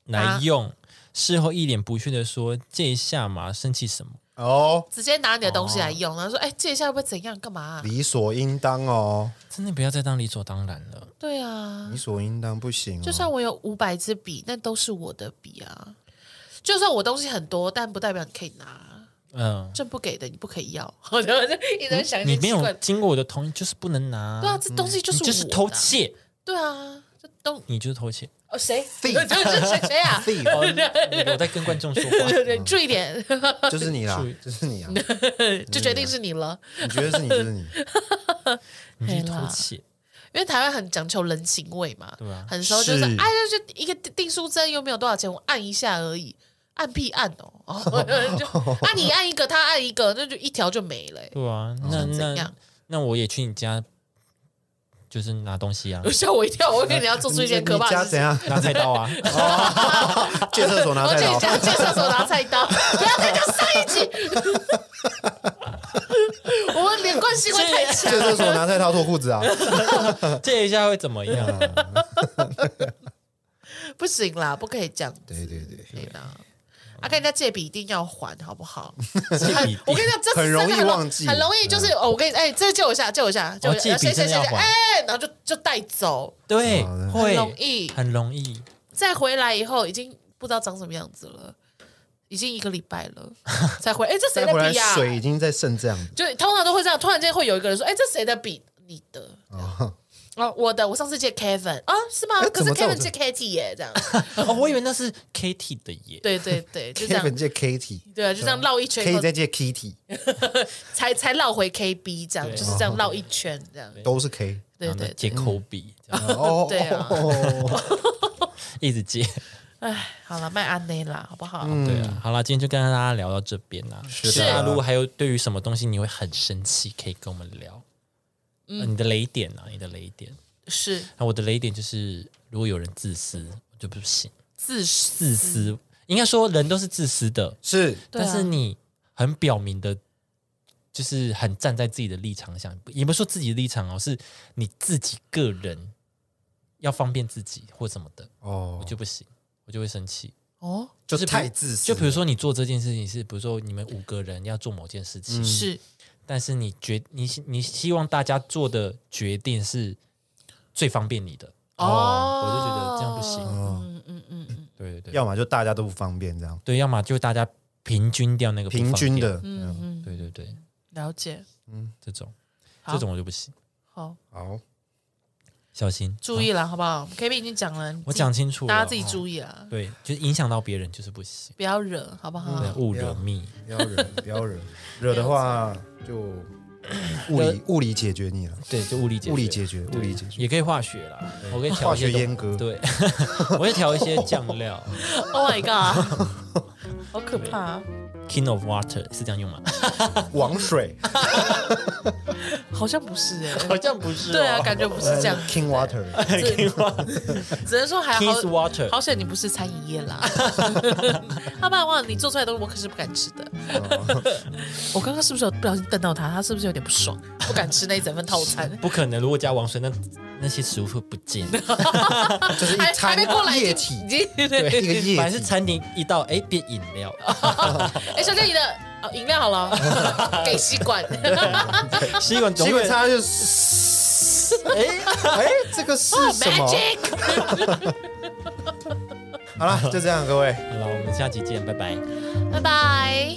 Speaker 1: 来用，事后一脸不屑的说借一下嘛，生气什么？
Speaker 3: 哦，
Speaker 2: 直接拿你的东西来用，然后说：“哎，借一下会不会怎样？干嘛、啊
Speaker 3: 理所应当哦，
Speaker 1: 真的不要再当理所当然了。
Speaker 2: 对啊
Speaker 3: 理，所应当不行、哦。
Speaker 2: 就算我有五百支笔，那都是我的笔啊。就算我东西很多，但不代表你可以拿。
Speaker 1: 嗯，
Speaker 2: 朕不给的，你不可以要。 我就我就一直在想一
Speaker 1: 你没
Speaker 2: 些奇怪
Speaker 1: 有
Speaker 2: 的，
Speaker 1: 经过我的同意，就是不能拿。
Speaker 2: 对啊，这东西就
Speaker 1: 你就
Speaker 2: 是我的啊
Speaker 1: 是偷。窃，
Speaker 2: 对啊，这东
Speaker 1: 你就是偷 窃。
Speaker 2: 哦谁？对
Speaker 3: Thief
Speaker 2: 对对，谁谁 啊？
Speaker 3: Thief
Speaker 1: 哦，那个我在跟观众说
Speaker 2: 对啊
Speaker 1: 话。
Speaker 2: 对，注意点，
Speaker 1: 嗯
Speaker 3: 就是你啦
Speaker 1: 注意，
Speaker 3: 就是你啊！
Speaker 2: 就决定是你了。
Speaker 3: 你觉得 是你就是你，
Speaker 1: 你就是偷窃，
Speaker 2: 因为台湾很讲求人情味嘛，
Speaker 1: 对啊
Speaker 2: 很熟就是
Speaker 3: 是
Speaker 2: 哎，就是一个订书针又没有多少钱，我按一下而已，按屁按哦， 哦就啊你按一个，他按一个，那就一条就没了、欸。
Speaker 1: 对啊，那
Speaker 2: 怎样，
Speaker 1: 那那我也去你家，就是拿东西啊
Speaker 2: 吓我一跳！我以为你要做出一件可怕
Speaker 3: 你家
Speaker 2: 的事
Speaker 3: 怎
Speaker 2: 情。
Speaker 3: 样？
Speaker 1: 拿菜刀啊，
Speaker 3: 借厕所 拿
Speaker 2: 我
Speaker 3: 菜
Speaker 2: 去
Speaker 3: 刀
Speaker 2: 你，家去厕所拿菜刀，不要再讲上一 集。我们连贯性会太强
Speaker 3: 借，厕所拿菜刀脱 裤子啊！
Speaker 1: 借一下会怎么样？
Speaker 2: 不行啦，不可以这样子。
Speaker 3: 对对对，
Speaker 2: 对的。啊，跟人家借笔一定要还，好不好？
Speaker 1: 借笔
Speaker 2: 我跟你讲，这
Speaker 3: 很容易
Speaker 2: 这个
Speaker 3: 忘记嗯哦
Speaker 2: 很容易就是哦，我跟你哎，这借我一下，借我一下，借我一下
Speaker 1: 借笔
Speaker 2: 谁谁
Speaker 1: 真的要
Speaker 2: 谁谁
Speaker 1: 还
Speaker 2: 哎，然后就就带走，
Speaker 1: 对，
Speaker 2: 很
Speaker 1: 会
Speaker 2: 容易。
Speaker 1: 很容易。
Speaker 2: 再回来以后，已经不知道长什么样子了，哎已经一个礼拜了 才回。哎，这谁
Speaker 3: 再
Speaker 2: 的
Speaker 3: 回来
Speaker 2: 笔呀？
Speaker 3: 水已经在渗这样子
Speaker 2: 就通常都会这样，突然间会有一个人说：“哎，这谁的笔？你的
Speaker 3: 哦，
Speaker 2: 哦，我的。我上次借 Kevin 啊，是吗？
Speaker 3: 哎
Speaker 2: 可
Speaker 3: 怎
Speaker 2: 是
Speaker 3: 么在我
Speaker 2: Kevin
Speaker 3: 这
Speaker 2: 借 Katie 耶， 这样。
Speaker 1: 哦，我以为那是 Kitty 的耶，
Speaker 2: 对对对，就这
Speaker 3: Kevin
Speaker 2: 样。
Speaker 3: 借 Kitty，
Speaker 2: 对啊，就这样绕一圈
Speaker 3: 可
Speaker 2: 以后
Speaker 3: 以再借 Kitty，
Speaker 2: 才才绕回 KB 这样，
Speaker 1: 对
Speaker 2: 就是这
Speaker 3: 哦
Speaker 2: 样绕一圈这样。
Speaker 3: 都是 K。
Speaker 2: 对
Speaker 1: 然后
Speaker 2: 对
Speaker 1: 呢借
Speaker 2: 对，
Speaker 1: 抠笔，这样
Speaker 3: 哦，
Speaker 2: 对啊
Speaker 1: 一直借。
Speaker 2: 哎，好了，卖安内啦，好不
Speaker 3: 嗯
Speaker 2: 好？
Speaker 1: 对啊，好了，今天就跟大家聊到这边啦。
Speaker 3: 是
Speaker 1: 大
Speaker 3: 的
Speaker 1: 家如果还有对于什么东西你会很生气，可以跟我们聊。
Speaker 2: 嗯
Speaker 1: 呃你的雷点啊，你的雷点。
Speaker 2: 是
Speaker 1: 啊，我的雷点就是，如果有人自私，我就不行。
Speaker 2: 自私，
Speaker 1: 自私，应该说人都是自私的，
Speaker 3: 是
Speaker 2: 嗯对
Speaker 1: 但是
Speaker 2: 啊
Speaker 1: 你很表明的，就是很站在自己的立场上，也不是说自己的立场哦，是你自己个人要方便自己或什么的，
Speaker 3: 哦
Speaker 1: 我，就不行，我就会生气。
Speaker 2: 哦，
Speaker 3: 就是
Speaker 1: 比如
Speaker 3: 太自私了，
Speaker 1: 就比如说你做这件事情是，比如说你们五个人要做某件事情，
Speaker 3: 嗯
Speaker 2: 是
Speaker 1: 但是你决你你希望大家做的决定是最方便你的，
Speaker 2: 哦，
Speaker 1: 我就觉得这样不行
Speaker 2: 嗯嗯嗯嗯，
Speaker 1: 对对对，
Speaker 3: 要么就大家都不方便这样，
Speaker 1: 对，要么就大家平均掉那个不
Speaker 3: 平均
Speaker 1: 方便，
Speaker 3: 的，
Speaker 2: 嗯
Speaker 3: 嗯，
Speaker 2: 嗯，
Speaker 1: 对对对，
Speaker 2: 了解。
Speaker 1: 这种
Speaker 2: 好
Speaker 1: 这种我就不行，
Speaker 2: 好，
Speaker 3: 好，
Speaker 1: 小心
Speaker 2: 注
Speaker 1: 啊
Speaker 2: 意了，好不好？KB 已经讲了，你
Speaker 1: 我
Speaker 2: 自己
Speaker 1: 讲清楚了，
Speaker 2: 大家自己
Speaker 1: 意，
Speaker 2: 注意啊，
Speaker 1: 对，就是影响到别人就是不行，
Speaker 2: 不要惹，好不好
Speaker 1: 嗯对？，勿惹蜜，
Speaker 3: 哦不要惹，不要惹，惹的话就物理物理解决你了，
Speaker 1: 对，就物理解
Speaker 3: 物理
Speaker 1: 决
Speaker 3: 解决，物理解决，嗯
Speaker 1: 也可以化学啦，我可以调
Speaker 3: 化
Speaker 1: 一些
Speaker 3: 学
Speaker 1: 东
Speaker 3: 阉割
Speaker 1: 对， 我会调一些酱料
Speaker 2: Oh my god，好 可怕啊！
Speaker 1: ，King of Water 是这样用 吗？
Speaker 3: 王水
Speaker 2: 好像不是哎，
Speaker 1: 好像不是哦嗯
Speaker 2: 对啊，感觉不是这样，
Speaker 3: King Water，
Speaker 1: ，King Water
Speaker 2: 只能说还好
Speaker 1: King's Water
Speaker 2: 好险你不是餐饮 业啦，要不然的话你做出来的东西我可是不敢吃的。
Speaker 1: 哦
Speaker 2: 我刚刚是不是有不小心瞪到他？他是不是有点不爽，不敢吃那一整份 套餐？
Speaker 1: 不可能，如果加王水，那那些食物会不见，
Speaker 3: 就是一
Speaker 2: 还还
Speaker 3: 滩
Speaker 2: 没过来
Speaker 3: 液
Speaker 2: 已
Speaker 3: 体
Speaker 2: 经，已经
Speaker 3: 对，
Speaker 1: 本
Speaker 3: 一个
Speaker 1: 来
Speaker 3: 液
Speaker 1: 是
Speaker 3: 体，
Speaker 1: 餐厅一到哎变饮 料，
Speaker 2: 哎，小姐你的哦饮料好了，给吸管。
Speaker 1: 吸管总
Speaker 3: 基本
Speaker 1: 远
Speaker 3: 上就是， 哎哎，这个是什么？
Speaker 2: Magic，
Speaker 3: 好了，就这样，各位。
Speaker 1: 好了，我们下期见，拜拜。
Speaker 2: 拜拜。